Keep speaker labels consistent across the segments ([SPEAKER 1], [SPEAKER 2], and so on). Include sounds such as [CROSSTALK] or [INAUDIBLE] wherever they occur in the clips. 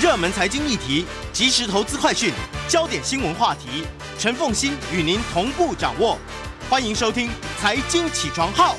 [SPEAKER 1] 热门财经议题、即时投资快讯、焦点新闻话题，陈凤欣与您同步掌握。欢迎收听《财经起床号》。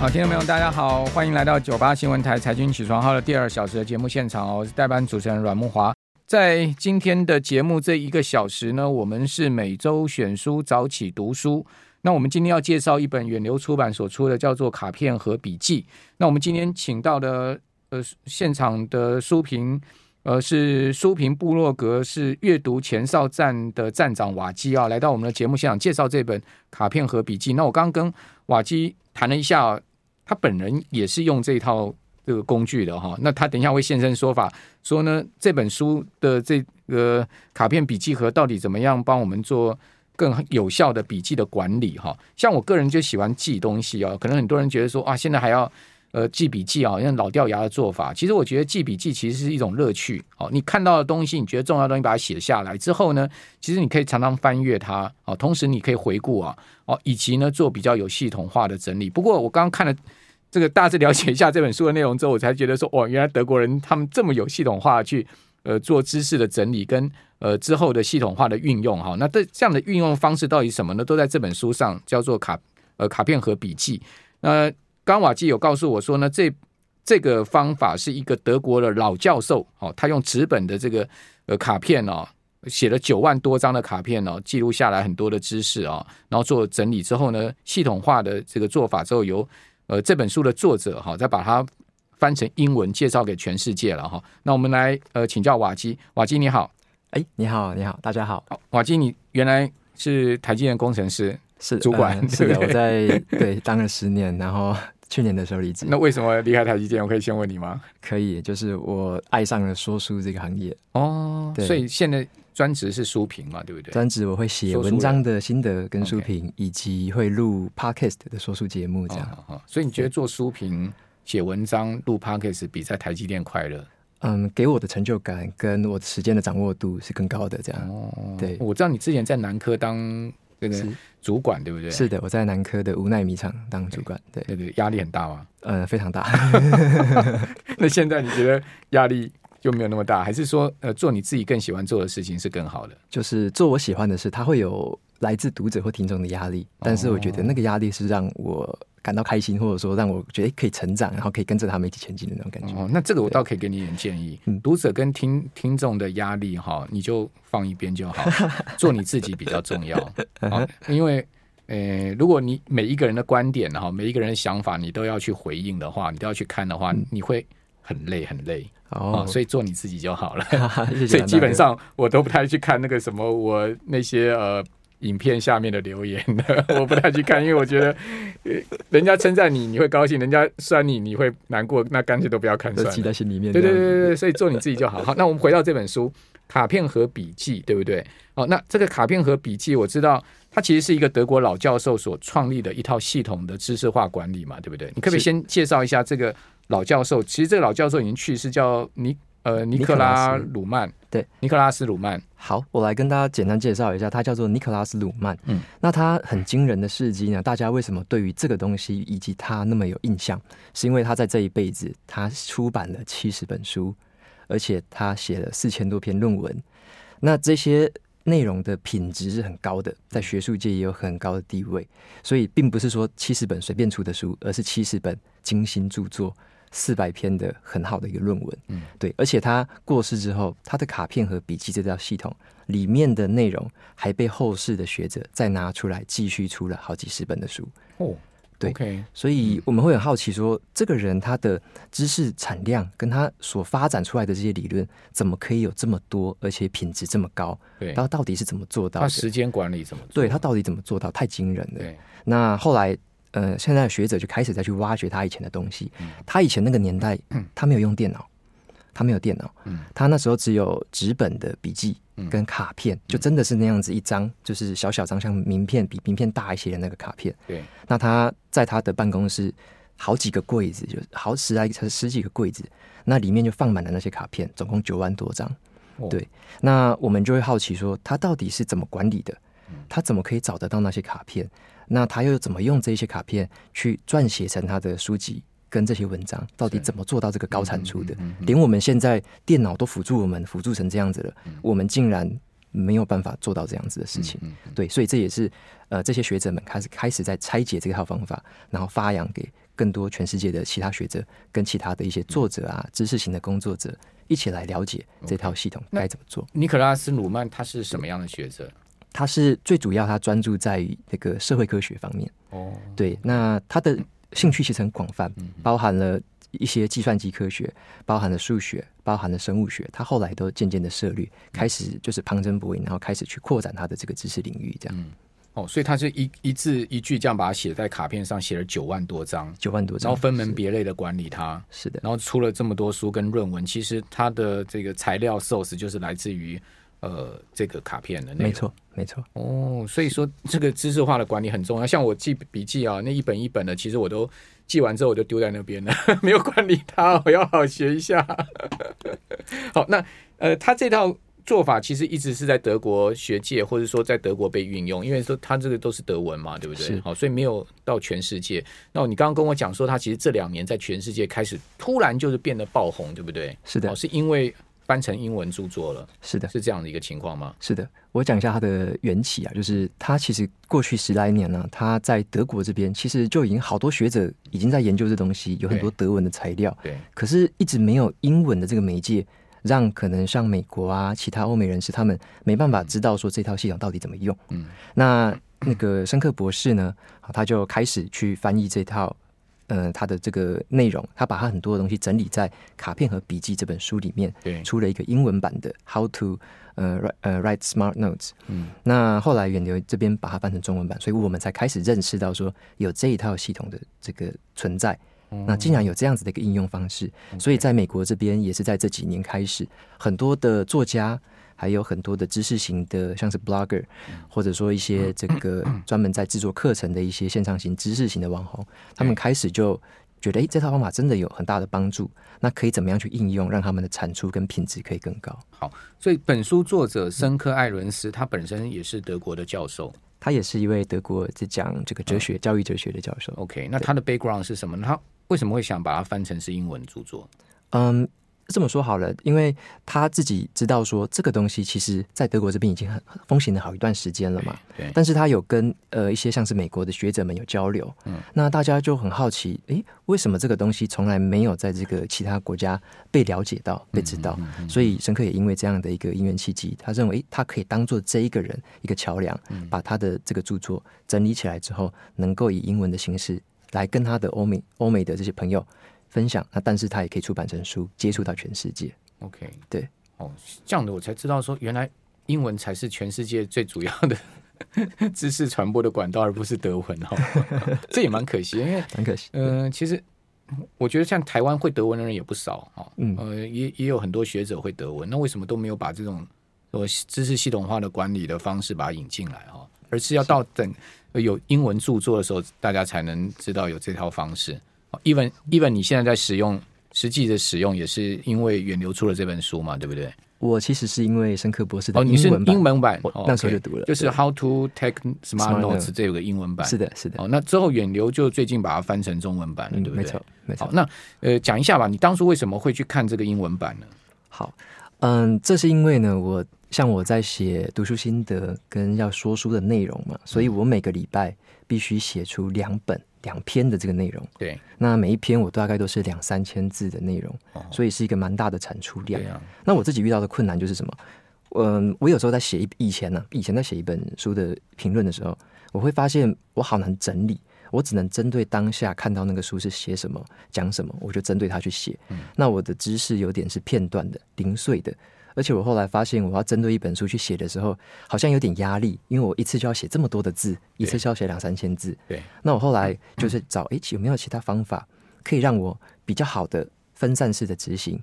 [SPEAKER 2] 好，听众朋友，大家好，欢迎来到九八新闻台财经起床号的第二小时的节目现场哦，我是代班主持人阮木华。在今天的节目这一个小时呢，我们是每周选书早起读书。那我们今天要介绍一本远流出版所出的叫做《卡片和笔记》。那我们今天请到的呃现场的书评，呃是书评部落格是阅读前哨站的站长瓦基啊，来到我们的节目现场介绍这本《卡片和笔记》。那我刚刚跟瓦基谈了一下、啊，他本人也是用这套这个工具的哈、那他等一下会现身说法，说呢这本书的这个卡片笔记盒到底怎么样帮我们做更有效的笔记的管理哈、像我个人就喜欢记东西哦，可能很多人觉得说啊，现在还要。呃，记笔记啊、像老掉牙的做法。其实我觉得记笔记其实是一种乐趣。哦，你看到的东西，你觉得重要的东西，把它写下来之后呢，其实你可以常常翻阅它。哦，同时你可以回顾啊，哦，以及呢做比较有系统化的整理。不过我刚刚看了这个大致了解一下这本书的内容之后，我才觉得说，哦，原 [LAUGHS] 来德国人他们这么有系统化地去呃做知识的整理跟呃之后的系统化的运用哈、那这这样的运用方式到底是什么呢？都在这本书上叫做卡呃卡片和笔记。那、刚瓦基有告诉我说呢，这这个方法是一个德国的老教授哦，他用纸本的这个呃卡片哦，写了九万多张的卡片哦，记录下来很多的知识哦，然后做整理之后呢，系统化的这个做法之后，由呃这本书的作者哈、再把它翻成英文介绍给全世界了哈、那我们来呃请教瓦基，瓦基你好，
[SPEAKER 3] 哎，你好，你好，大家好，
[SPEAKER 2] 瓦基你原来是台积电工程师，
[SPEAKER 3] 是
[SPEAKER 2] 主管 [LAUGHS]
[SPEAKER 3] 呃是的，
[SPEAKER 2] 对
[SPEAKER 3] 我
[SPEAKER 2] 不
[SPEAKER 3] 在对当了十年，然后去年的时候离职。
[SPEAKER 2] 那为什么离开台积电？我可以先问你吗？
[SPEAKER 3] 可以，就是我爱上了说书这个行业，
[SPEAKER 2] 哦，
[SPEAKER 3] 对
[SPEAKER 2] 所以现在专职是书评嘛，对不对？
[SPEAKER 3] 专职我会写
[SPEAKER 2] 说书人
[SPEAKER 3] 文章的心得跟书
[SPEAKER 2] OK
[SPEAKER 3] 评以及会录 podcast 的说书节目这样。
[SPEAKER 2] 哦哦哦所以你觉得做书评、写文章、录 podcast 比在台积电快乐？
[SPEAKER 3] 嗯，给我的成就感跟我时间的掌握度是更高的这样。
[SPEAKER 2] 哦
[SPEAKER 3] 对
[SPEAKER 2] 我知道你之前在南科当这个
[SPEAKER 3] 是
[SPEAKER 2] 主管，对不对？
[SPEAKER 3] 是的，我在南科的无奈米厂当主管，对，
[SPEAKER 2] 对对，压力很大吗？
[SPEAKER 3] 嗯，非常大。
[SPEAKER 2] 那现在你觉得压力就没有那么大，还是说呃，做你自己更喜欢做的事情是更好的？
[SPEAKER 3] 就是做我喜欢的事，它会有来自读者或听众的压力，但是我觉得那个压力是让我感到开心，或者说让我觉得诶可以成长，然后可以跟着他们一起前进的那种感觉。
[SPEAKER 2] 哦，那这个我倒可以给你一点建议。读者跟听听众的压力哈，你就放一边就好，做你自己比较重要。好，因为呃，如果你每一个人的观点哈，每一个人的想法，你都要去回应的话，你都要去看的话，你会很累很累
[SPEAKER 3] 哦
[SPEAKER 2] 哦。，所以做你自己就好了。
[SPEAKER 3] 以
[SPEAKER 2] 所以基本上我都不太去看那个什么我那些呃影片下面的留言的， [LAUGHS] 我不太去看，因为我觉得呃人家称赞你你会高兴，人家酸你你会难过，那干脆都不要看
[SPEAKER 3] 都
[SPEAKER 2] 算
[SPEAKER 3] 记
[SPEAKER 2] 了。
[SPEAKER 3] 在心里面。
[SPEAKER 2] 对对对
[SPEAKER 3] 这样子
[SPEAKER 2] 对，对所以做你自己就好。好，那我们回到这本书《卡片和笔记》，对不对？哦，那这个卡片和笔记，我知道它其实是一个德国老教授所创立的一套系统的知识化管理嘛，对不对？你可不可以
[SPEAKER 3] 是
[SPEAKER 2] 先介绍一下这个老教授？其实这个老教授已经去世，叫尼呃尼克拉
[SPEAKER 3] 尼克拉斯
[SPEAKER 2] 鲁曼，
[SPEAKER 3] 对，
[SPEAKER 2] 尼克拉斯鲁曼，
[SPEAKER 3] 好，我来跟大家简单介绍一下，他叫做尼克拉斯·鲁曼。
[SPEAKER 2] 嗯
[SPEAKER 3] 嗯，那他很惊人的事迹呢，大家为什么对于这个东西以及他那么有印象？是因为他在这一辈子，他出版了七十本书，而且他写了四千多篇论文。那这些内容的品质是很高的，在学术界也有很高的地位。所以，并不是说七十本随便出的书，而是七十本精心著作。四百篇的很好的一个论文，
[SPEAKER 2] 嗯
[SPEAKER 3] 嗯，对，而且他过世之后，他的卡片和笔记这套系统里面的内容还被后世的学者再拿出来继续出了好几十本的书，
[SPEAKER 2] 哦，
[SPEAKER 3] 对
[SPEAKER 2] o k
[SPEAKER 3] 所以我们会很好奇说，这个人他的知识产量跟他所发展出来的这些理论，怎么可以有这么多，而且品质这么高？
[SPEAKER 2] 对，
[SPEAKER 3] 他到底是怎么做到
[SPEAKER 2] 他
[SPEAKER 3] 的？
[SPEAKER 2] 时间管理怎么做？
[SPEAKER 3] 对他到底怎么做到？太惊人了。
[SPEAKER 2] 对，
[SPEAKER 3] 那后来，呃，现在的学者就开始再去挖掘他以前的东西。他以前那个年代，他没有用电脑，他没有电脑，
[SPEAKER 2] 嗯
[SPEAKER 3] 他那时候只有纸本的笔记跟卡片，就真的是那样子一张，就是小小张像名片比名片大一些的那个卡片。
[SPEAKER 2] 对，
[SPEAKER 3] 那他在他的办公室好几个柜子，就好十来十几个柜子，那里面就放满了那些卡片，总共九万多张。
[SPEAKER 2] 哦
[SPEAKER 3] 对，那我们就会好奇说，他到底是怎么管理的？
[SPEAKER 2] 嗯
[SPEAKER 3] 他怎么可以找得到那些卡片？那他又怎么用这些卡片去撰写成他的书籍跟这些文章到底怎么做到这个高产出的
[SPEAKER 2] 嗯嗯嗯嗯。
[SPEAKER 3] 连我们现在电脑都辅助我们，辅助成这样子了，我们竟然没有办法做到这样子的事情。
[SPEAKER 2] 嗯嗯
[SPEAKER 3] 对，所以这也是呃这些学者们开始开始在拆解这套方法，然后发扬给更多全世界的其他学者跟其他的一些作者
[SPEAKER 2] 嗯
[SPEAKER 3] 啊、知识型的工作者一起来了解这套系统该怎么做。
[SPEAKER 2] 尼可拉斯·鲁曼他是什么样的学者？
[SPEAKER 3] 他是最主要，他专注在于那个社会科学方面。
[SPEAKER 2] 哦，嗯
[SPEAKER 3] 对，那他的兴趣其实很广泛，包含了一些计算机科学，包含了数学，包含了生物学。他后来都渐渐的涉猎，开始就是旁征博引，然后开始去扩展他的这个知识领域，这样
[SPEAKER 2] 哦，所以他是一一字一句这样把它写在卡片上，写了九万多张，
[SPEAKER 3] 九万多
[SPEAKER 2] 然
[SPEAKER 3] 章。
[SPEAKER 2] 后分门别类的管理它，
[SPEAKER 3] 是的，
[SPEAKER 2] 然后出了这么多书跟论文，其实它的这个材料 source 就是来自于呃这个卡片的内容。
[SPEAKER 3] 没错，没错。
[SPEAKER 2] 哦，所以说这个知识化的管理很重要。像我记笔记啊，那一本一本的，其实我都记完之后我就丢在那边了， [LAUGHS] 没有管理它，我要好好学一下。 [LAUGHS] 好，那呃，他这套做法其实一直是在德国学界，或者说在德国被运用，因为说他这个都是德文嘛，对不对？
[SPEAKER 3] 是
[SPEAKER 2] 好，所以没有到全世界。那你刚刚跟我讲说，他其实这两年在全世界开始突然就是变得爆红，对不对？
[SPEAKER 3] 是的
[SPEAKER 2] 哦，是因为翻成英文著作了，
[SPEAKER 3] 是的，
[SPEAKER 2] 是这样的一个情况吗？
[SPEAKER 3] 是的，我讲一下它的缘起啊，就是它其实过去十来年呢、它在德国这边其实就已经好多学者已经在研究这东西，有很多德文的材料，
[SPEAKER 2] 对，
[SPEAKER 3] 可是一直没有英文的这个媒介，让可能像美国啊，其他欧美人士他们没办法知道说这套系统到底怎么用。
[SPEAKER 2] 嗯，
[SPEAKER 3] 那那个申克博士呢，啊他就开始去翻译这套。呃，他的这个内容，他把他很多的东西整理在《卡片和笔记》这本书里面，
[SPEAKER 2] 对，
[SPEAKER 3] 出了一个英文版的《How to 呃 write 呃 Write Smart Notes》。
[SPEAKER 2] 嗯。
[SPEAKER 3] 那后来远流这边把它翻成中文版，所以我们才开始认识到说有这一套系统的这个存在。那竟然有这样子的一个应用方式，所以在美国这边也是在这几年开始，很多的作家。还有很多的知识型的，像是 blogger，或者说一些这 [CLEARS THROAT] 个专门在制作课程的一些线上型知识型的网红，他们开始就觉得，诶，这套方法真的有很大的帮助。那可以怎么样去应用，让他们的产出跟品质可以更高？
[SPEAKER 2] 所以本书作者
[SPEAKER 3] 嗯
[SPEAKER 2] 申科·艾伦斯，他本身也是德国的教授。
[SPEAKER 3] 他也是一位德国在讲这个哲学、教育哲学的教授。
[SPEAKER 2] OK，那他的 background 是什么呢？他为什么会想把它翻成是英文著作？
[SPEAKER 3] 嗯，这么说好了，因为他自己知道说这个东西其实在德国这边已经很风行了好一段时间了嘛。
[SPEAKER 2] 哎对，
[SPEAKER 3] 但是他有跟呃一些像是美国的学者们有交流，嗯，那大家就很好奇，诶，为什么这个东西从来没有在这个其他国家被了解到、被知
[SPEAKER 2] 嗯
[SPEAKER 3] 道？所以申克也因为这样的一个因缘契机，他认为诶他可以当做这一个人一个桥梁，
[SPEAKER 2] 嗯
[SPEAKER 3] 把他的这个著作整理起来之后，能够以英文的形式来跟他的欧美欧美的这些朋友分享。那但是他也可以出版成书，接触到全世界。
[SPEAKER 2] OK，
[SPEAKER 3] 对，
[SPEAKER 2] 哦，这样的我才知道说，原来英文才是全世界最主要的 [LAUGHS] 知识传播的管道，而不是德文哦。 [LAUGHS] 这也蛮可惜，因为
[SPEAKER 3] 很可惜，
[SPEAKER 2] 呃，其实我觉得像台湾会德文的人也不少哈、哦，
[SPEAKER 3] 嗯
[SPEAKER 2] 呃，也也有很多学者会德文，那为什么都没有把这种呃知识系统化的管理的方式把它引进来哈、哦？而是要到等呃有英文著作的时候，大家才能知道有这套方式。哦 even even 你现在在使用实际的使用，也是因为远流出了这本书嘛，对不对？
[SPEAKER 3] 我其实是因为申克博士的
[SPEAKER 2] 哦，你是
[SPEAKER 3] 英文版，
[SPEAKER 2] 英文版，
[SPEAKER 3] 我
[SPEAKER 2] 哦
[SPEAKER 3] 那时候
[SPEAKER 2] OK
[SPEAKER 3] 就读了
[SPEAKER 2] 就是 How to Take Smart
[SPEAKER 3] Smart
[SPEAKER 2] Notes
[SPEAKER 3] Notes
[SPEAKER 2] 这有个英文版，
[SPEAKER 3] 是。的，是的，
[SPEAKER 2] 哦，那之后远流就最近把它翻成中文版了，
[SPEAKER 3] 嗯
[SPEAKER 2] 对不对？
[SPEAKER 3] 没错，没错
[SPEAKER 2] 好，。那呃，讲一下吧，你当初为什么会去看这个英文版呢？
[SPEAKER 3] 好，嗯，这是因为呢，我像我在写读书心得跟要说书的内容嘛，所以
[SPEAKER 2] 嗯
[SPEAKER 3] 我每个礼拜必须写出两本两篇的这个内容。
[SPEAKER 2] 对，
[SPEAKER 3] 那每一篇我大概都是两三千字的内容，所以是一个蛮大的产出量
[SPEAKER 2] 哦对。啊，
[SPEAKER 3] 那我自己遇到的困难就是什么？嗯，我有时候在写一以前呢、以前在写一本书的评论的时候，我会发现我好难整理，我只能针对当下看到那个书是写什么、讲什么，我就针对它去写。那我的知识有点是片段的、零碎的，而且我后来发现，我要针对一本书去写的时候，好像有点压力，因为我一次就要写这么多的字，一次就要写两三千字。
[SPEAKER 2] 对，
[SPEAKER 3] 那我后来就是找，诶，有没有其他方法可以让我比较好的分散式的执行？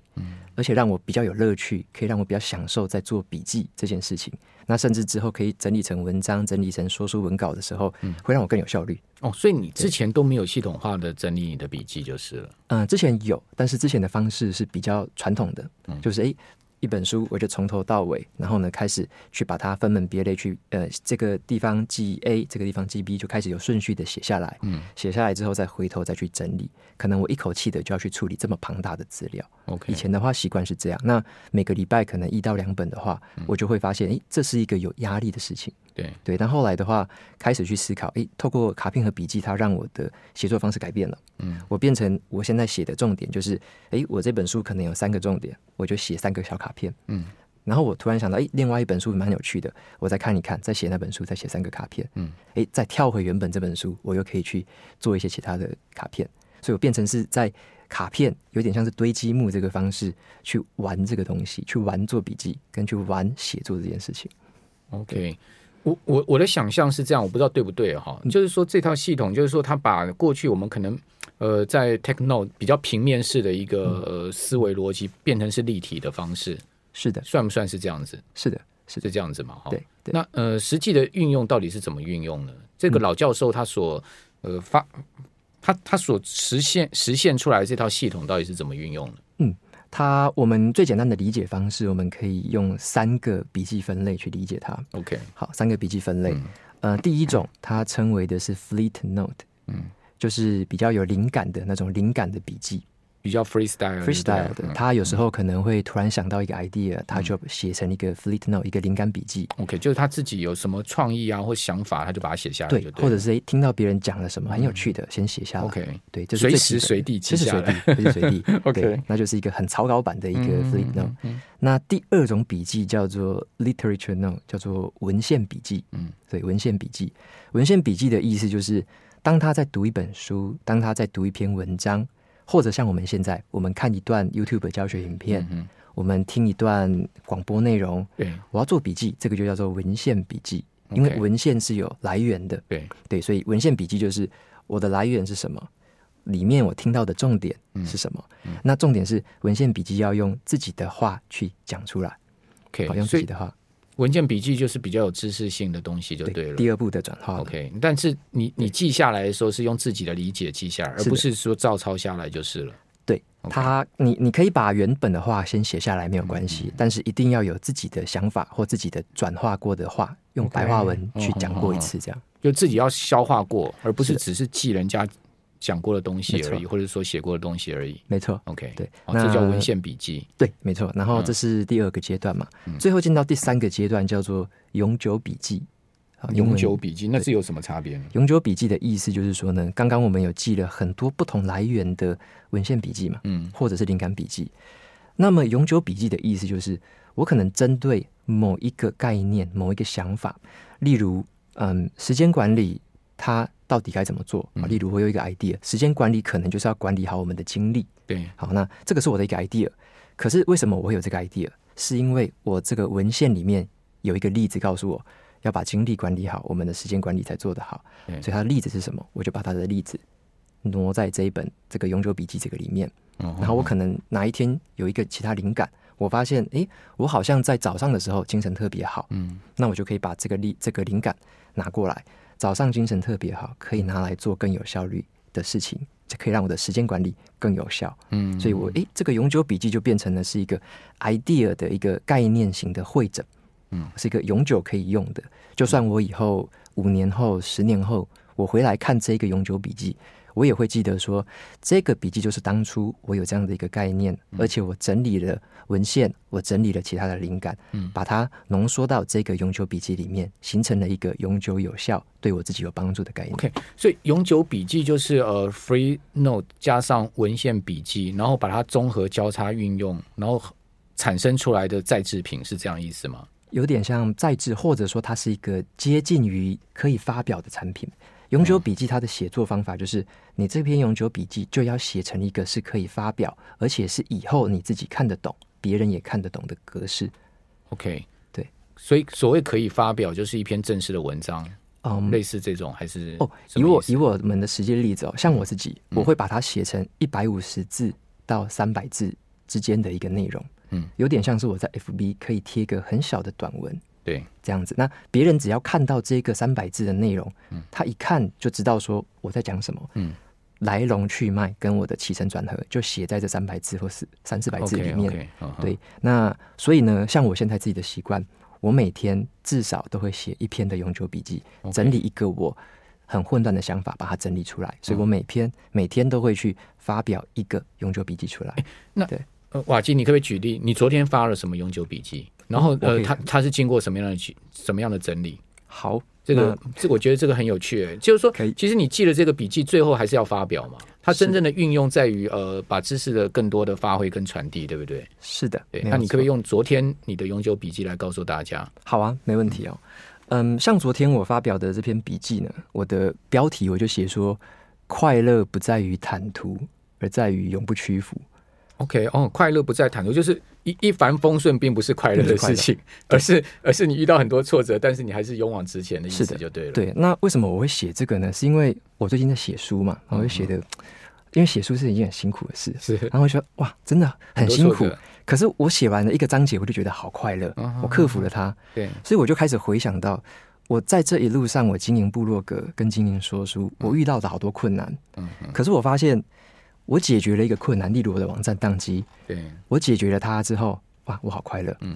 [SPEAKER 3] 而且让我比较有乐趣，可以让我比较享受在做笔记这件事情。那甚至之后可以整理成文章，整理成说书文稿的时候，会让我更有效率。
[SPEAKER 2] 哦，所以你之前都没有系统化的整理你的笔记就是了。
[SPEAKER 3] 呃嗯、之前有，但是之前的方式是比较传统的，就是诶，一本书，我就从头到尾，然后呢开始去把它分门别类去，呃，这个地方记 A，这个地方记 B，就开始有顺序的写下来。
[SPEAKER 2] 嗯
[SPEAKER 3] 写下来之后再回头再去整理，可能我一口气的就要去处理这么庞大的资料。
[SPEAKER 2] ，OK，
[SPEAKER 3] 以前的话习惯是这样，那每个礼拜可能一到两本的话，我就会发现，诶，这是一个有压力的事情。
[SPEAKER 2] 对，
[SPEAKER 3] 对，但后来的话，开始去思考，诶，透过卡片和笔记，它让我的写作方式改变了。
[SPEAKER 2] 嗯，
[SPEAKER 3] 我变成我现在写的重点就是，诶，我这本书可能有三个重点，我就写三个小卡片。
[SPEAKER 2] 嗯，
[SPEAKER 3] 然后我突然想到，诶，另外一本书蛮有趣的，我再看一看，再写那本书，再写三个卡片。
[SPEAKER 2] 嗯，
[SPEAKER 3] 诶，再跳回原本这本书，我又可以去做一些其他的卡片，所以我变成是在。卡片有点像是堆积木这个方式去玩这个东西，去玩做笔记，跟去玩写作这件事情。
[SPEAKER 2] OK，我我我的想象是这样，我不知道对不对哈、就是说这套系统，就是说它把过去我们可能呃在 Techno 比较平面式的一个、呃、思维逻辑，变成是立体的方式，
[SPEAKER 3] 是的，
[SPEAKER 2] 算不算是这样子？
[SPEAKER 3] 是的，是的，
[SPEAKER 2] 是这样子嘛？哈、
[SPEAKER 3] 对对。嗯
[SPEAKER 2] 那呃，实际的运用到底是怎么运用呢？这个老教授他所呃发他他所实现实现出来的这套系统到底是怎么运用的？
[SPEAKER 3] 它我们最简单的理解方式，我们可以用三个笔记分类去理解它。
[SPEAKER 2] OK，
[SPEAKER 3] 好，三个笔记分类，
[SPEAKER 2] 嗯
[SPEAKER 3] 呃，第一种它称为的是 fleet note，
[SPEAKER 2] 嗯，
[SPEAKER 3] 就是比较有灵感的那种灵感的笔记
[SPEAKER 2] 比较 freestyle 对不对
[SPEAKER 3] ，freestyle 的。
[SPEAKER 2] 嗯
[SPEAKER 3] 它有时候可能会突然想到一个 idea，它就写成一个 fleet note，一个灵感笔记。
[SPEAKER 2] OK，就是他自己有什么创意啊或想法，他就把它写下啊来就
[SPEAKER 3] 对
[SPEAKER 2] 对了，，嗯
[SPEAKER 3] 或者是诶听到别人讲了什么很有趣的，先写下来。
[SPEAKER 2] OK
[SPEAKER 3] 对，这是最
[SPEAKER 2] 随时
[SPEAKER 3] 基本的
[SPEAKER 2] 随地记
[SPEAKER 3] 随时
[SPEAKER 2] 下
[SPEAKER 3] 随
[SPEAKER 2] 来
[SPEAKER 3] 地，随时随地
[SPEAKER 2] [LAUGHS] OK
[SPEAKER 3] 对那就是一个很草稿版的一个
[SPEAKER 2] 嗯
[SPEAKER 3] flip note。那第二种笔记叫做 literature note，叫做文献笔记。
[SPEAKER 2] 嗯，
[SPEAKER 3] 对，文献笔记，文献笔记的意思就是，当他在读一本书，当他在读一篇文章，或者像我们现在，我们看一段 YouTube 教学影片，
[SPEAKER 2] 嗯哼
[SPEAKER 3] 我们听一段广播内容，
[SPEAKER 2] 对
[SPEAKER 3] 我要做笔记，这个就叫做文献笔记，因为
[SPEAKER 2] OK
[SPEAKER 3] 文献是有来源的。
[SPEAKER 2] 对
[SPEAKER 3] 对，所以文献笔记就是我的来源是什么，里面我听到的重点
[SPEAKER 2] 嗯
[SPEAKER 3] 是什么。那重点是文献笔记要用自己的话去讲出来，好
[SPEAKER 2] ，OK，
[SPEAKER 3] 用
[SPEAKER 2] 所
[SPEAKER 3] 自己
[SPEAKER 2] 以
[SPEAKER 3] 的话。
[SPEAKER 2] 文件笔记就是比较有知识性的东西就呃对了。
[SPEAKER 3] 第二步的转化了
[SPEAKER 2] OK，但是你你记下来的时候是用自己的理解记下来，而
[SPEAKER 3] 是的
[SPEAKER 2] 不是说照抄下来就是了。
[SPEAKER 3] 对
[SPEAKER 2] OK
[SPEAKER 3] 他，你你可以把原本的话先写下来没有关
[SPEAKER 2] 嗯
[SPEAKER 3] 系，但是一定要有自己的想法或自己的转化过的话，用
[SPEAKER 2] OK 哦
[SPEAKER 3] 白话文去讲过一次，这样
[SPEAKER 2] 就自己要消化过，而不是
[SPEAKER 3] 是的
[SPEAKER 2] 只是记人家讲过的东西
[SPEAKER 3] 没错
[SPEAKER 2] 而已，或者说写过的东西而已。
[SPEAKER 3] 没错。
[SPEAKER 2] OK，
[SPEAKER 3] 对
[SPEAKER 2] 好，
[SPEAKER 3] 那
[SPEAKER 2] 这叫文献笔记。
[SPEAKER 3] 对，没错。然
[SPEAKER 2] 嗯
[SPEAKER 3] 后这是第二个阶段嘛，最后进到第三个阶段叫做永久笔记。好英
[SPEAKER 2] 永
[SPEAKER 3] 文
[SPEAKER 2] 久笔记那是有什么差别呢？
[SPEAKER 3] 永久笔记的意思就是说呢，刚刚我们有记了很多不同来源的文献笔记嘛，
[SPEAKER 2] 嗯
[SPEAKER 3] 或者是灵感笔记。那么永久笔记的意思就是，我可能针对某一个概念、某一个想法，例如，嗯，时间管理它到底该怎么做？啊
[SPEAKER 2] 嗯
[SPEAKER 3] 例如，我有一个 idea，时间管理可能就是要管理好我们的精力。
[SPEAKER 2] 对
[SPEAKER 3] 好，那这个是我的一个 idea。可是为什么我会有这个 idea？是因为我这个文献里面有一个例子告诉我，要把精力管理好，我们的时间管理才做得好。
[SPEAKER 2] 对
[SPEAKER 3] 所以它的例子是什么？我就把它的例子挪在这一本这个永久笔记这个里面。
[SPEAKER 2] 嗯哼
[SPEAKER 3] 然后我可能哪一天有一个其他灵感，我发现，诶，我好像在早上的时候精神特别好，
[SPEAKER 2] 嗯，
[SPEAKER 3] 那我就可以把这个力这个灵感拿过来，早上精神特别好，可以拿来做更有效率的事情，这可以让我的时间管理更有效。
[SPEAKER 2] 嗯，
[SPEAKER 3] 所以我诶，这个永久笔记就变成了是一个 idea 的一个概念型的会诊，
[SPEAKER 2] 嗯，
[SPEAKER 3] 是一个永久可以用的。就算我以后五年后、十年后，我回来看这个永久笔记，我也会记得说，这个笔记就是当初我有这样的一个概念，而且我整理了文献，我整理了其他的灵感，
[SPEAKER 2] 嗯
[SPEAKER 3] 把它浓缩到这个永久笔记里面，形成了一个永久有效、对我自己有帮助的概念。
[SPEAKER 2] OK，所以永久笔记就是呃 free note 加上文献笔记，然后把它综合交叉运用，然后产生出来的再制品是这样意思吗？
[SPEAKER 3] 有点像在制，或者说它是一个接近于可以发表的产品。永
[SPEAKER 2] 嗯
[SPEAKER 3] 久笔记它的写作方法就是，你这篇永久笔记就要写成一个是可以发表，而且是以后你自己看得懂，别人也看得懂的格式。
[SPEAKER 2] OK，
[SPEAKER 3] 对，
[SPEAKER 2] 所以所谓可以发表，就是一篇正式的文章，
[SPEAKER 3] 嗯，
[SPEAKER 2] 类似这种还是
[SPEAKER 3] 哦，
[SPEAKER 2] 什
[SPEAKER 3] 以
[SPEAKER 2] 么
[SPEAKER 3] 我
[SPEAKER 2] 意思
[SPEAKER 3] 以我们的实际例子哦，像我自己，我会把它写成一百五十字到三百字之间的一个内容，
[SPEAKER 2] 嗯，
[SPEAKER 3] 有点像是我在 FB 可以贴一个很小的短文，
[SPEAKER 2] 对
[SPEAKER 3] 这样子。那别人只要看到这个三百字的内容，他一看就知道说我在讲什么。
[SPEAKER 2] 嗯，
[SPEAKER 3] 来龙去脉跟我的起承转合，就写在这三百字或是三四百字里面。
[SPEAKER 2] OK，OK，嗯哼
[SPEAKER 3] 对，那所以呢，像我现在自己的习惯，我每天至少都会写一篇的永久笔记
[SPEAKER 2] OK
[SPEAKER 3] 整理一个我很混乱的想法，把它整理出来。
[SPEAKER 2] 嗯
[SPEAKER 3] 所以我每篇、每天都会去发表一个永久笔记出来。
[SPEAKER 2] 呃，瓦基，你可不可以举例？你昨天发了什么永久笔记？然后呃
[SPEAKER 3] 我可，以
[SPEAKER 2] 它它是经过什么样的去什么样的整理？
[SPEAKER 3] 好，
[SPEAKER 2] 这个这个我觉得这个很有趣耶，就是说
[SPEAKER 3] 可以，
[SPEAKER 2] 其实你记了这个笔记，最后还是要发表嘛。它真正的运用在于呃，把知识的更多的发挥跟传递，对不对？
[SPEAKER 3] 是的，
[SPEAKER 2] 对，
[SPEAKER 3] 没有
[SPEAKER 2] 那你可不可以
[SPEAKER 3] 错
[SPEAKER 2] 用昨天你的永久笔记来告诉大家？
[SPEAKER 3] 好啊，没问题哦。嗯，像昨天我发表的这篇笔记呢，我的标题我就写说：快乐不在于坦途，而在于永不屈服。
[SPEAKER 2] OK，哦，快乐不在坦途，就是一一帆风顺，并不是快乐的事情，而是而是你遇到很多挫折，但是你还是勇往直前的意思
[SPEAKER 3] 是的
[SPEAKER 2] 就对了。，
[SPEAKER 3] 对，那为什么我会写这个呢？是因为我最近在写书嘛，然后就写的，因为写书是一件很辛苦的事，
[SPEAKER 2] 是
[SPEAKER 3] 然后我就觉得哇，真的很
[SPEAKER 2] 多
[SPEAKER 3] 辛
[SPEAKER 2] 挫
[SPEAKER 3] 苦
[SPEAKER 2] 折。
[SPEAKER 3] 可是我写完了一个章节，我就觉得好快乐
[SPEAKER 2] 嗯哼，
[SPEAKER 3] 我克服了它，
[SPEAKER 2] 对，
[SPEAKER 3] 所以我就开始回想到。我在这一路上，我经营部落格跟经营说书，我遇到的好多困难，
[SPEAKER 2] 嗯嗯，
[SPEAKER 3] 可是我发现，我解决了一个困难，例如我的网站宕机，
[SPEAKER 2] [LAUGHS] 对，
[SPEAKER 3] 我解决了它之后，哇，我好快乐。
[SPEAKER 2] 嗯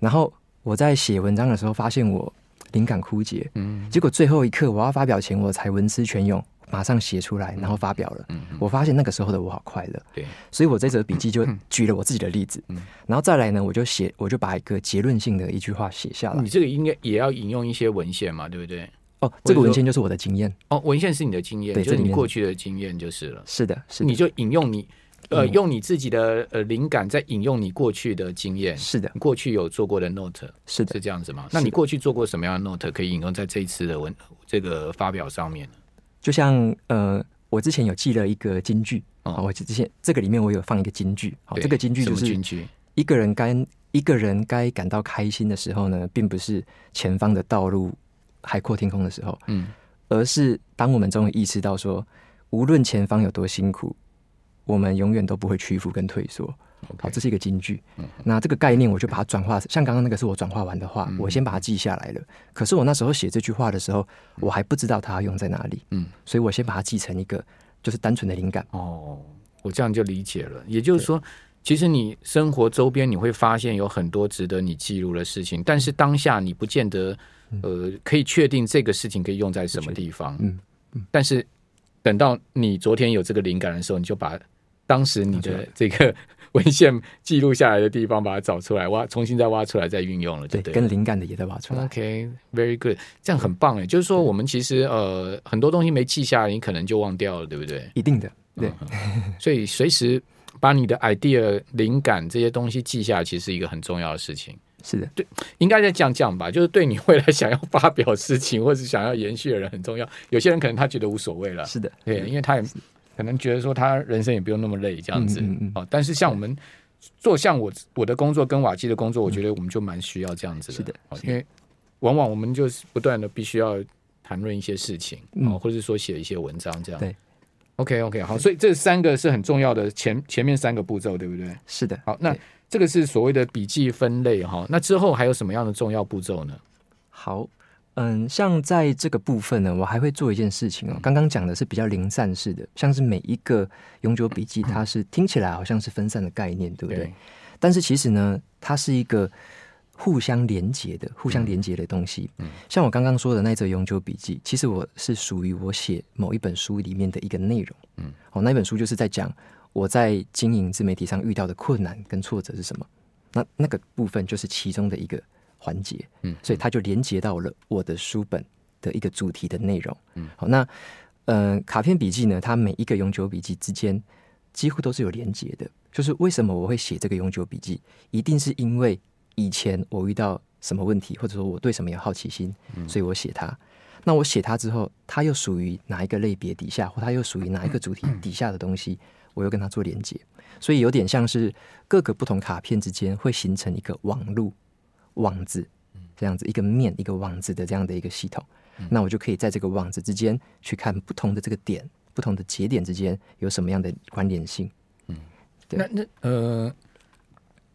[SPEAKER 3] 然后我在写文章的时候，发现我灵感枯竭，
[SPEAKER 2] 嗯
[SPEAKER 3] 结果最后一刻我要发表前，我才文思泉涌，马上写出来，然后发表了。
[SPEAKER 2] 嗯，
[SPEAKER 3] 我发现那个时候的我好快乐，
[SPEAKER 2] 对，
[SPEAKER 3] 所以我这则笔记就举了我自己的例子
[SPEAKER 2] 嗯，
[SPEAKER 3] 然后再来呢，我就写，我就把一个结论性的一句话写下来
[SPEAKER 2] 你。这个应该也要引用一些文献嘛，对不对？
[SPEAKER 3] 哦，这个文献就是我的经验。
[SPEAKER 2] 哦，文献是你的经验，
[SPEAKER 3] 对
[SPEAKER 2] 就是
[SPEAKER 3] 这里
[SPEAKER 2] 你
[SPEAKER 3] 面
[SPEAKER 2] 过去的经验就是了。
[SPEAKER 3] 是的，是的
[SPEAKER 2] 你，就引用你呃，
[SPEAKER 3] 嗯
[SPEAKER 2] 用你自己的呃灵感，再引用你过去的经验，
[SPEAKER 3] 是的，
[SPEAKER 2] 你过去有做过的 note
[SPEAKER 3] 是的
[SPEAKER 2] 是。这样子吗？
[SPEAKER 3] 是
[SPEAKER 2] 那
[SPEAKER 3] 的
[SPEAKER 2] 你过去做过什么样的 note 可以引用在这一次的文这个发表上面？
[SPEAKER 3] 就像呃，我之前有记了一个金句，
[SPEAKER 2] 哦
[SPEAKER 3] 哦，我之前这个里面我有放一个金句，好，
[SPEAKER 2] 对
[SPEAKER 3] 哦这个金句就
[SPEAKER 2] 什么
[SPEAKER 3] 是
[SPEAKER 2] 金句
[SPEAKER 3] 一个人该一个人该感到开心的时候呢，并不是前方的道路海阔天空的时候，
[SPEAKER 2] 嗯，
[SPEAKER 3] 而是当我们终于意识到说，无论前方有多辛苦，我们永远都不会屈服跟退缩。好，这是一个金句。
[SPEAKER 2] 嗯
[SPEAKER 3] 那这个概念，我就把它转化，像刚刚那个是我转化完的
[SPEAKER 2] 嗯
[SPEAKER 3] 话，我先把它记下来了。可是我那时候写这句话的时候，我还不知道它要用在哪里，
[SPEAKER 2] 嗯，
[SPEAKER 3] 所以我先把它记成一个就是单纯的灵感。
[SPEAKER 2] 哦，我这样就理解了。也就是说，其实你生活周边你会发现有很多值得你记录的事情，但是当下你不见得呃可以确定这个事情可以用在什么地方。
[SPEAKER 3] 嗯
[SPEAKER 2] 但是等到你昨天有这个灵感的时候，你就把当时你的这个文献记录下来的地方把它找出来，挖重新再挖出来再运用了，
[SPEAKER 3] 对，
[SPEAKER 2] 对不对？
[SPEAKER 3] 跟灵感的也在挖出来。
[SPEAKER 2] OK，very、good，这样很棒哎。就是说，我们其实呃很多东西没记下来，你可能就忘掉了，对不对？
[SPEAKER 3] 一定的，对，
[SPEAKER 2] 所以随时把你的 idea、灵感这些东西记下来，其实是一个很重要的事情。
[SPEAKER 3] 是的，
[SPEAKER 2] 应该再讲讲吧，就是对你未来想要发表事情或是想要延续的人很重要。有些人可能他觉得无所谓了，
[SPEAKER 3] 是的，
[SPEAKER 2] 对，因为他也可能觉得说他人生也不用那么累这样子。
[SPEAKER 3] 嗯嗯嗯
[SPEAKER 2] 哦，但是像我们做像我我的工作跟瓦基的工作，我觉得我们就蛮需要这样子的，
[SPEAKER 3] 嗯是的
[SPEAKER 2] 哦，因为往往我们就是不断的必须要谈论一些事情，
[SPEAKER 3] 嗯
[SPEAKER 2] 哦，或者是说写一些文章这样。
[SPEAKER 3] 对
[SPEAKER 2] ，OK OK，好，所以这三个是很重要的前前面三个步骤，对不对？
[SPEAKER 3] 是的。
[SPEAKER 2] 好，那
[SPEAKER 3] 对
[SPEAKER 2] 这个是所谓的笔记分类哈、那之后还有什么样的重要步骤呢？
[SPEAKER 3] 好，嗯，像在这个部分呢，我还会做一件事情哦。刚刚讲的是比较零散式的，像是每一个永久笔记，它是听起来好像是分散的概念，对不对？但是其实呢，它是一个互相连接的、互相连接的东西。像我刚刚说的那则永久笔记，其实我是属于我写某一本书里面的一个内容。
[SPEAKER 2] 嗯
[SPEAKER 3] 嗯，哦，那本书就是在讲我在经营自媒体上遇到的困难跟挫折是什么。那那个部分就是其中的一个环节。
[SPEAKER 2] 嗯
[SPEAKER 3] 嗯，所以它就连接到了我的书本的一个主题的内容。嗯，好，那呃，卡片笔记呢，它每一个永久笔记之间几乎都是有连接的。就是为什么我会写这个永久笔记，一定是因为以前我遇到什么问题，或者说我对什么有好奇心，所以我写它。那我写它之后，它又属于哪一个类别底下，或它又属于哪一个主题底下的东西，我又跟它做连接，所以有点像是各个不同卡片之间会形成一个网路网子，这样子一个面一个网子的这样的一个系统。那我就可以在这个网子之间去看不同的这个点、不同的节点之间有什么样的关联性。对
[SPEAKER 2] 那那呃，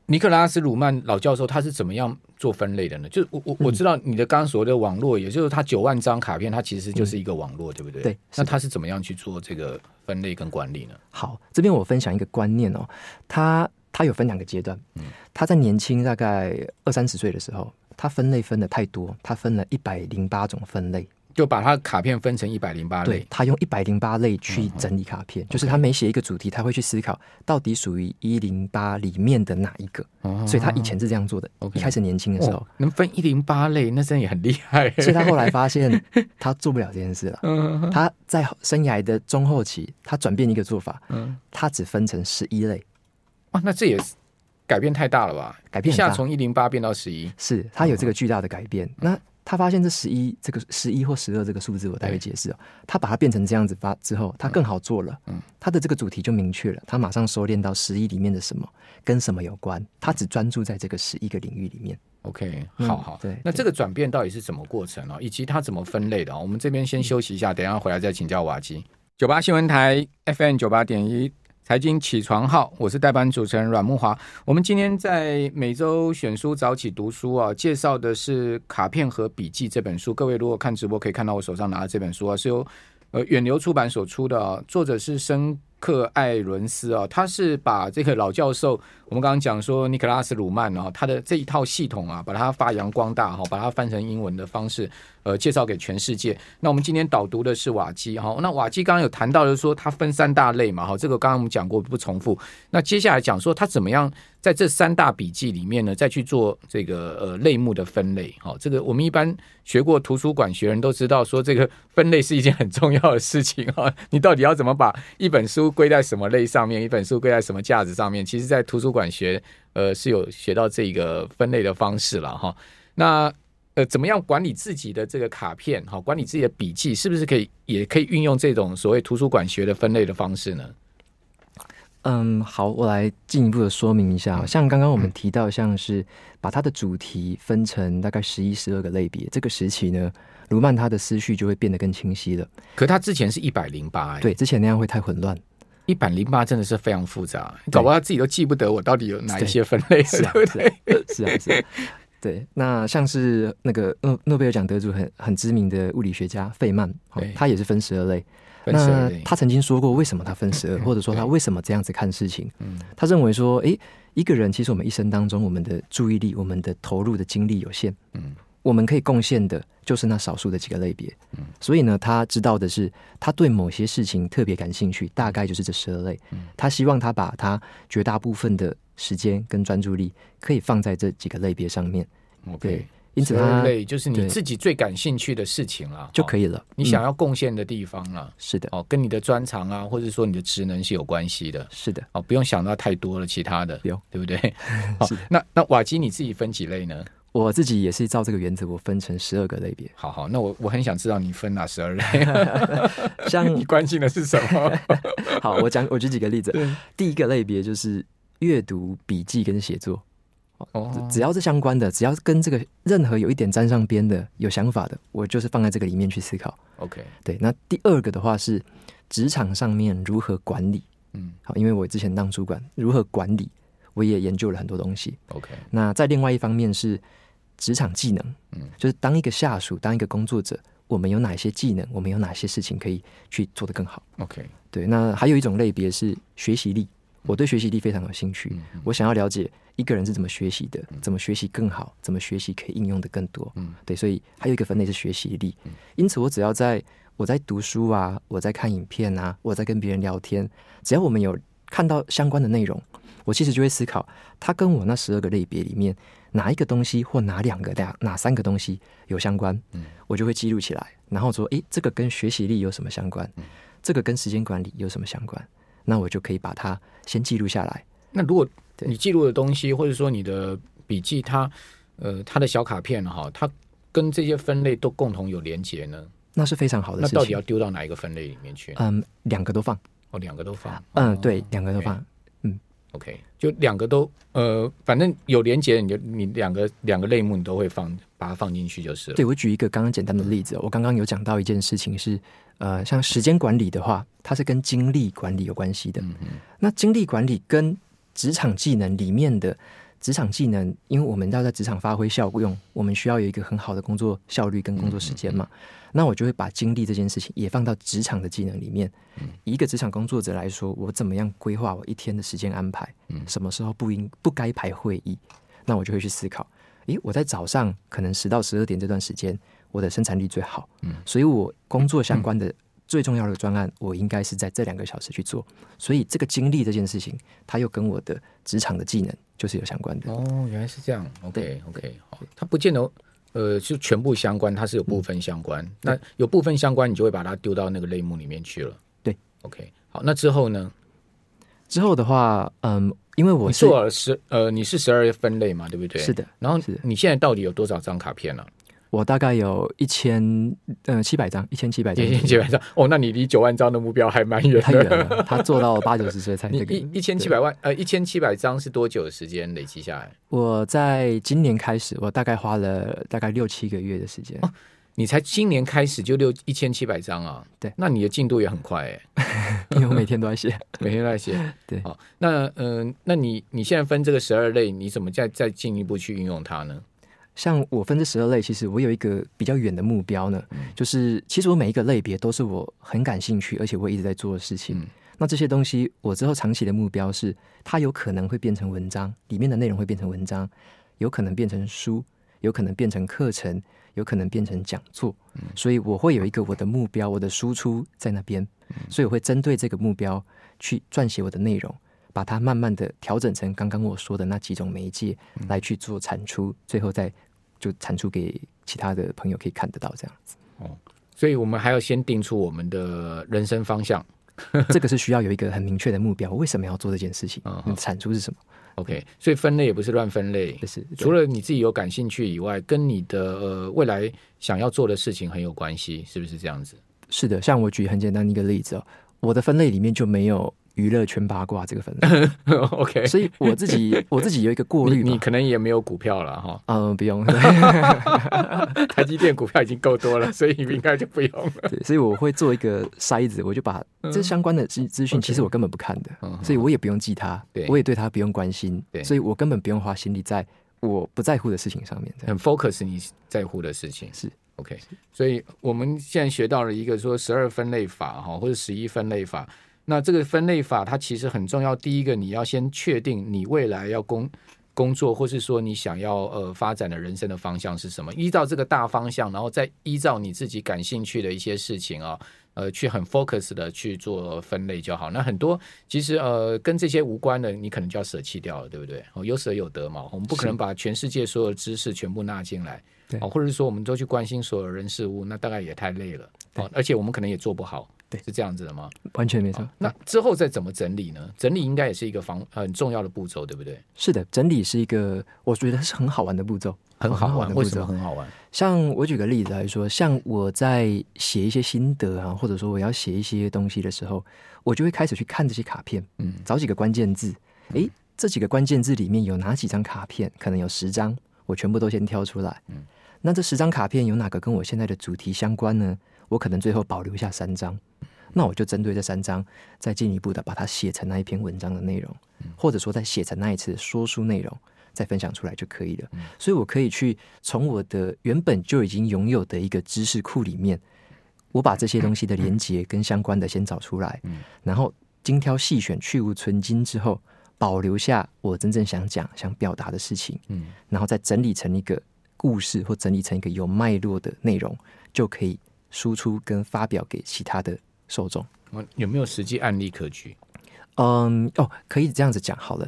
[SPEAKER 2] 尼克拉斯·鲁曼老教授他是怎么样做分类的呢？就是我我
[SPEAKER 3] 嗯
[SPEAKER 2] 我知道你的刚刚所谓的网络，也就是他九万张卡片，它其实就是一个网络，对不对？
[SPEAKER 3] 嗯对是
[SPEAKER 2] 那他是怎么样去做这个分类跟管理呢？
[SPEAKER 3] 好，这边我分享一个观念哦，它它有分两个阶段。
[SPEAKER 2] 嗯
[SPEAKER 3] 它在年轻大概二三十岁的时候，它分类分的太多，它分了一百零八种分类。
[SPEAKER 2] 就把它卡片分成一百零八
[SPEAKER 3] 对
[SPEAKER 2] 类，嗯
[SPEAKER 3] 他用一百零八类去整理卡片，就是他每写一个主题，他会去思考到底属于一零八里面的哪一个。
[SPEAKER 2] 哦
[SPEAKER 3] 所以他以前是这样做的，
[SPEAKER 2] OK
[SPEAKER 3] 一开始年轻的时候
[SPEAKER 2] 哦，，能分一零八类，那真的也很厉害。 [LAUGHS]
[SPEAKER 3] 所以他后来发现他做不了这件事了。
[SPEAKER 2] 嗯
[SPEAKER 3] 他在生涯的中后期，他转变一个做法，
[SPEAKER 2] 嗯，
[SPEAKER 3] 他只分成十一类，
[SPEAKER 2] 哇，那这也是改变太大了吧？
[SPEAKER 3] 改
[SPEAKER 2] 一
[SPEAKER 3] 变很
[SPEAKER 2] 下
[SPEAKER 3] 大
[SPEAKER 2] 从一零八变到十一，
[SPEAKER 3] 是他有这个巨大的改变。
[SPEAKER 2] 嗯
[SPEAKER 3] 那他发现这十一这个十一或十二这个数字，我待会解释哦。他把它变成这样子发之后，他更好做了。
[SPEAKER 2] 嗯
[SPEAKER 3] 他的这个主题就明确了，他马上收敛到十一里面的什么跟什么有关，他只专注在这个十一个领域里面。
[SPEAKER 2] OK，
[SPEAKER 3] 嗯
[SPEAKER 2] 好好，
[SPEAKER 3] 对
[SPEAKER 2] 那这个转变到底是什么过程呢、以及它怎么分类的、哦？我们这边先休息一下，等一下回来再请教瓦基。九八新闻台 FM 九八点一财经起床号，我是代班主持人阮木华。我们今天在每周选书早起读书啊，介绍的是《卡片和笔记》这本书。各位如果看直播，可以看到我手上拿的这本书啊，是由呃远流出版所出的、啊，作者是深刻艾伦斯啊，他是把这个老教授，我们刚刚讲说尼克拉斯鲁曼啊，他的这一套系统啊，把它发扬光大哈、把它翻成英文的方式，呃，介绍给全世界。那我们今天导读的是瓦基哈、那瓦基刚刚有谈到就是说它分三大类嘛哈、这个刚刚我们讲过不重复。那接下来讲说他怎么样在这三大笔记里面呢，再去做这个呃类目的分类。好、这个我们一般学过图书馆学人都知道，说这个分类是一件很重要的事情哈、你到底要怎么把一本书归在什么类上面，一本书归在什么架子上面？其实，在图书馆学呃是有学到这个分类的方式了哈、那呃，怎么样管理自己的这个卡片？哈、管理自己的笔记，是不是可以也可以运用这种所谓图书馆学的分类的方式呢？
[SPEAKER 3] 嗯，好，我来进一步的说明一
[SPEAKER 2] 嗯
[SPEAKER 3] 下哦、像刚刚我们提到，像是把它的主题分成大概十一、十二个类别，这个时期呢，卢曼他的思绪就会变得更清晰了。
[SPEAKER 2] 可他之前是一百零八，哎，
[SPEAKER 3] 对，之前那样会太混乱。
[SPEAKER 2] 一百零八真的是非常复杂，搞不好他自己都记不得我到底有哪一些分类，
[SPEAKER 3] 是啊
[SPEAKER 2] 对不
[SPEAKER 3] 是
[SPEAKER 2] 对？
[SPEAKER 3] 啊，是啊，是啊。对，那像是那个诺诺贝尔奖得主很很知名的物理学家费曼，哦
[SPEAKER 2] 对
[SPEAKER 3] 他也是分十二类。
[SPEAKER 2] 分十二
[SPEAKER 3] 那
[SPEAKER 2] 类
[SPEAKER 3] 他曾经说过，为什么他分十二，或者说他为什么这样子看事情？
[SPEAKER 2] 嗯
[SPEAKER 3] 他认为说，诶，一个人其实我们一生当中，我们的注意力、我们的投入的精力有限，
[SPEAKER 2] 嗯
[SPEAKER 3] 我们可以贡献的就是那少数的几个类别。
[SPEAKER 2] 嗯
[SPEAKER 3] 所以呢，他知道的是，他对某些事情特别感兴趣，大概就是这十二类。
[SPEAKER 2] 嗯
[SPEAKER 3] 他希望他把他绝大部分的时间跟专注力可以放在这几个类别上面，
[SPEAKER 2] ，OK，
[SPEAKER 3] 因此
[SPEAKER 2] 十二
[SPEAKER 3] 他
[SPEAKER 2] 类就是你
[SPEAKER 3] 对
[SPEAKER 2] 自己最感兴趣的事情啦，
[SPEAKER 3] 就可
[SPEAKER 2] 以、
[SPEAKER 3] 以了。
[SPEAKER 2] 你想
[SPEAKER 3] 嗯、
[SPEAKER 2] 要贡献的地方啦，
[SPEAKER 3] 是的，
[SPEAKER 2] 哦，跟你的专长啊，或者说你的职能是有关系的。
[SPEAKER 3] 是的。
[SPEAKER 2] 哦，不用想到太多了，其他的，
[SPEAKER 3] 不用
[SPEAKER 2] 对不
[SPEAKER 3] [LAUGHS]
[SPEAKER 2] 对？好、那那瓦基你自己分几类呢？。
[SPEAKER 3] 我自己也是照这个原则，我分成十二个类别
[SPEAKER 2] 好好，那我我很想知道你分哪十
[SPEAKER 3] [LAUGHS]
[SPEAKER 2] 二类， [LAUGHS]
[SPEAKER 3] 像
[SPEAKER 2] 你关心的是什
[SPEAKER 3] [LAUGHS]
[SPEAKER 2] 么？
[SPEAKER 3] 好，我讲我举几个例子。第一个类别就是阅读、笔记跟写作。只
[SPEAKER 2] 哦，
[SPEAKER 3] 只要是相关的，只要跟这个任何有一点沾上边的、有想法的，我就是放在这个里面去思考。
[SPEAKER 2] ，OK，
[SPEAKER 3] 对，那第二个的话是职场上面如何管理。
[SPEAKER 2] 嗯
[SPEAKER 3] 好，因为我之前当主管，如何管理，我也研究了很多东西。
[SPEAKER 2] ，OK，
[SPEAKER 3] 那在另外一方面是职场技能，
[SPEAKER 2] 嗯
[SPEAKER 3] 就是当一个下属、当一个工作者，我们有哪些技能，我们有哪些事情可以去做得更好。
[SPEAKER 2] ，OK，
[SPEAKER 3] 对，那还有一种类别是学习力，我对学习力非常有兴趣，
[SPEAKER 2] 嗯嗯
[SPEAKER 3] 我想要了解一个人是怎么学习的，怎么学习更好，怎么学习可以应用的更多。
[SPEAKER 2] 嗯
[SPEAKER 3] 对，所以还有一个分类是学习力。因此，我只要在我在读书啊，我在看影片啊，我在跟别人聊天，只要我们有看到相关的内容，我其实就会思考，它跟我那十二个类别里面哪一个东西或哪两个、哪哪三个东西有相关，
[SPEAKER 2] 嗯
[SPEAKER 3] 我就会记录起来，然后说，诶，这个跟学习力有什么相
[SPEAKER 2] 嗯
[SPEAKER 3] 关？这个跟时间管理有什么相关？那我就可以把它先记录下来。
[SPEAKER 2] 那如果
[SPEAKER 3] 对
[SPEAKER 2] 你记录的东西，或者说你的笔记，它呃它的小卡片哈、它跟这些分类都共同有连结呢，
[SPEAKER 3] 那是非常好的
[SPEAKER 2] 那
[SPEAKER 3] 事
[SPEAKER 2] 到底
[SPEAKER 3] 情
[SPEAKER 2] 要。丢到哪一个分类里面去？
[SPEAKER 3] 嗯，两个都放。
[SPEAKER 2] 哦，两个都放。
[SPEAKER 3] 嗯，
[SPEAKER 2] 哦
[SPEAKER 3] 对，两个都
[SPEAKER 2] ，OK
[SPEAKER 3] 放。
[SPEAKER 2] OK，就两个都呃，反正有连结，你就你两个两个类目你都会放，把它放进去就是了。
[SPEAKER 3] 对，我举一个刚刚简单的例子哦，我刚刚有讲到一件事情是，呃，像时间管理的话，它是跟精力管理有关系的。
[SPEAKER 2] 嗯嗯
[SPEAKER 3] 那精力管理跟职场技能里面的职场技能，因为我们要在职场发挥效用，我们需要有一个很好的工作效率跟工作时间嘛。那我就会把精力这件事情也放到职场的技能里面。
[SPEAKER 2] 嗯
[SPEAKER 3] 以一个职场工作者来说，我怎么样规划我一天的时间安排？
[SPEAKER 2] 嗯
[SPEAKER 3] 什么时候不应不该排会议？那我就会去思考，诶，我在早上可能十到十二点这段时间，我的生产力最好，
[SPEAKER 2] 嗯
[SPEAKER 3] 所以我工作相关的最重要的专案，我应该是在这两个小时去做。所以这个精力这件事情，它又跟我的职场的技能就是有相关的。
[SPEAKER 2] 哦，原来是这样。OK OK，好，它不见得呃是全部相关，它是有部分相关。那有部分相关，你就会把它丢到那个类目里面去了。
[SPEAKER 3] 对
[SPEAKER 2] ，OK，好，那之后呢？
[SPEAKER 3] 之后的话，嗯，因为我
[SPEAKER 2] 你
[SPEAKER 3] 是
[SPEAKER 2] 做了十呃，你是十二分类嘛，对不对？
[SPEAKER 3] 是的
[SPEAKER 2] 然后
[SPEAKER 3] 是的嗯
[SPEAKER 2] 你现在到底有多少张卡片了、
[SPEAKER 3] 我大概有一千嗯七百张，一千七百张
[SPEAKER 2] 一，千七百张。哦，那你离九万张的目标还蛮远
[SPEAKER 3] 太
[SPEAKER 2] 的。
[SPEAKER 3] 远了，他做到八九十岁才
[SPEAKER 2] 你
[SPEAKER 3] 这个。
[SPEAKER 2] 一一千七百万呃，一千七百张是多久的时间累积下来？
[SPEAKER 3] 我在今年开始，我大概花了大概六七个月的时
[SPEAKER 2] 哦
[SPEAKER 3] 间。
[SPEAKER 2] 你才今年开始就六一千七百张啊？
[SPEAKER 3] 对
[SPEAKER 2] 那你的进度也很快
[SPEAKER 3] [LAUGHS]
[SPEAKER 2] 哎、
[SPEAKER 3] 因为我每天都在写。
[SPEAKER 2] 每天都在写。
[SPEAKER 3] 对
[SPEAKER 2] 好，那嗯、呃那你你现在分这个十二类，你怎么再再进一步去运用它呢？
[SPEAKER 3] 像我分这十二类，其实我有一个比较远的目标呢，就是其实我每一个类别都是我很感兴趣，而且我一直在做的事情。
[SPEAKER 2] 嗯
[SPEAKER 3] 那这些东西，我之后长期的目标是，它有可能会变成文章，里面的内容会变成文章，有可能变成书，有可能变成课程，有可能变成讲座。所以我会有一个我的目标，我的输出在那边，所以我会针对这个目标去撰写我的内容。把它慢慢的调整成刚刚我说的那几种媒介
[SPEAKER 2] 嗯
[SPEAKER 3] 来去做产出，最后再就产出给其他的朋友可以看得到，这样 [LAUGHS] 子，
[SPEAKER 2] 所以我们还要先定出我们的人生方向。
[SPEAKER 3] 这个是需要有一个很明确的目标，为什么要做这件事情
[SPEAKER 2] 嗯，
[SPEAKER 3] 你的产出是什么？
[SPEAKER 2] OK，所以分类也不是乱分类
[SPEAKER 3] 这，是
[SPEAKER 2] 除了你自己有感兴趣以外，跟你的呃未来想要做的事情很有关系，是不是这样子？
[SPEAKER 3] 是的，像我举很简单的一个例子哦，我的分类里面就没有娱乐圈八卦这个分
[SPEAKER 2] [LAUGHS]
[SPEAKER 3] 类，
[SPEAKER 2] OK，
[SPEAKER 3] 所以我自己我自己有一个过滤
[SPEAKER 2] 你你
[SPEAKER 3] 吧。
[SPEAKER 2] 可能也没有股票了哈，
[SPEAKER 3] 嗯，不用，
[SPEAKER 2] 台积电股票已经够多了，所以应该就不用了。
[SPEAKER 3] 对，所以我会做一个筛子，我就把这相关的资资讯，
[SPEAKER 2] 嗯 OK
[SPEAKER 3] 其实我根本不看的
[SPEAKER 2] 嗯，
[SPEAKER 3] 所以我也不用记它
[SPEAKER 2] 对，
[SPEAKER 3] 我也对它不用关心
[SPEAKER 2] 对，
[SPEAKER 3] 所以我根本不用花心力在我不在乎的事情上面。这样
[SPEAKER 2] 很 focus 你在乎的事情。
[SPEAKER 3] 是
[SPEAKER 2] OK，所以我们现在学到了一个说十二分类法哈，或者十一分类法。那这个分类法它其实很重要。第一个，你要先确定你未来要工工作，或是说你想要呃发展的人生的方向是什么。依照这个大方向，然后再依照你自己感兴趣的一些事情啊、呃，去很 focus 的去做分类就好。那很多其实呃跟这些无关的，你可能就要舍弃掉了，对不对？哦，有舍有得嘛，我们不可能把全世界所有知识全部纳进来。
[SPEAKER 3] 对
[SPEAKER 2] 哦，或者是说我们都去关心所有人事物，那大概也太累了，
[SPEAKER 3] 对
[SPEAKER 2] 哦，而且我们可能也做不好，
[SPEAKER 3] 对
[SPEAKER 2] 是这样子的吗？
[SPEAKER 3] 完全没错。
[SPEAKER 2] 那之后再怎么整理呢？整理应该也是一个方很重要的步骤，对不对？
[SPEAKER 3] 是的，整理是一个我觉得是很好玩的步骤，的步
[SPEAKER 2] 为什么
[SPEAKER 3] 骤。
[SPEAKER 2] 很好玩？
[SPEAKER 3] 像我举个例子来说，像我在写一些心得啊，或者说我要写一些东西的时候，我就会开始去看这些卡片，
[SPEAKER 2] 嗯
[SPEAKER 3] 找几个关键字，诶，这几个关键字里面有哪几张卡片？可能有十张，我全部都先挑出来。
[SPEAKER 2] 嗯
[SPEAKER 3] 那这十张卡片有哪个跟我现在的主题相关呢？我可能最后保留下三张，那我就针对这三张，再进一步的把它写成那一篇文章的内容，
[SPEAKER 2] 嗯
[SPEAKER 3] 或者说再写成那一次说书内容，再分享出来就可以了。所以我可以去从我的原本就已经拥有的一个知识库里面，我把这些东西的连接跟相关的先找出来，然后精挑细选、去无存精之后，保留下我真正想讲、想表达的事情，
[SPEAKER 2] 嗯，
[SPEAKER 3] 然后再整理成一个故事或整理成一个有脉络的内容，就可以输出跟发表给其他的受众。
[SPEAKER 2] 哦有没有实际案例可举？
[SPEAKER 3] 嗯，哦，可以这样子讲好了。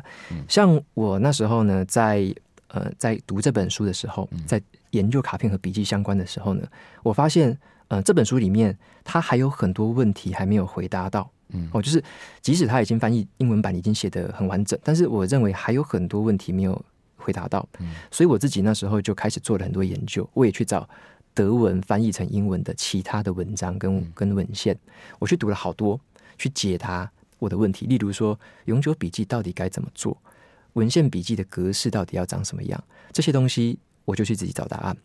[SPEAKER 3] 像我那时候呢，在呃在读这本书的时候，在研究卡片和笔记相关的时候呢，我发现，呃，这本书里面它还有很多问题还没有回答到。
[SPEAKER 2] 嗯
[SPEAKER 3] 哦，就是即使它已经翻译英文版已经写得很完整，但是我认为还有很多问题没有回答到。
[SPEAKER 2] 嗯
[SPEAKER 3] 所以我自己那时候就开始做了很多研究，我也去找德文翻译成英文的其他的文章跟跟文献，我去读了好多，去解答我的问题。例如说，永久笔记到底该怎么做？文献笔记的格式到底要长什么样？这些东西我就去自己找答案。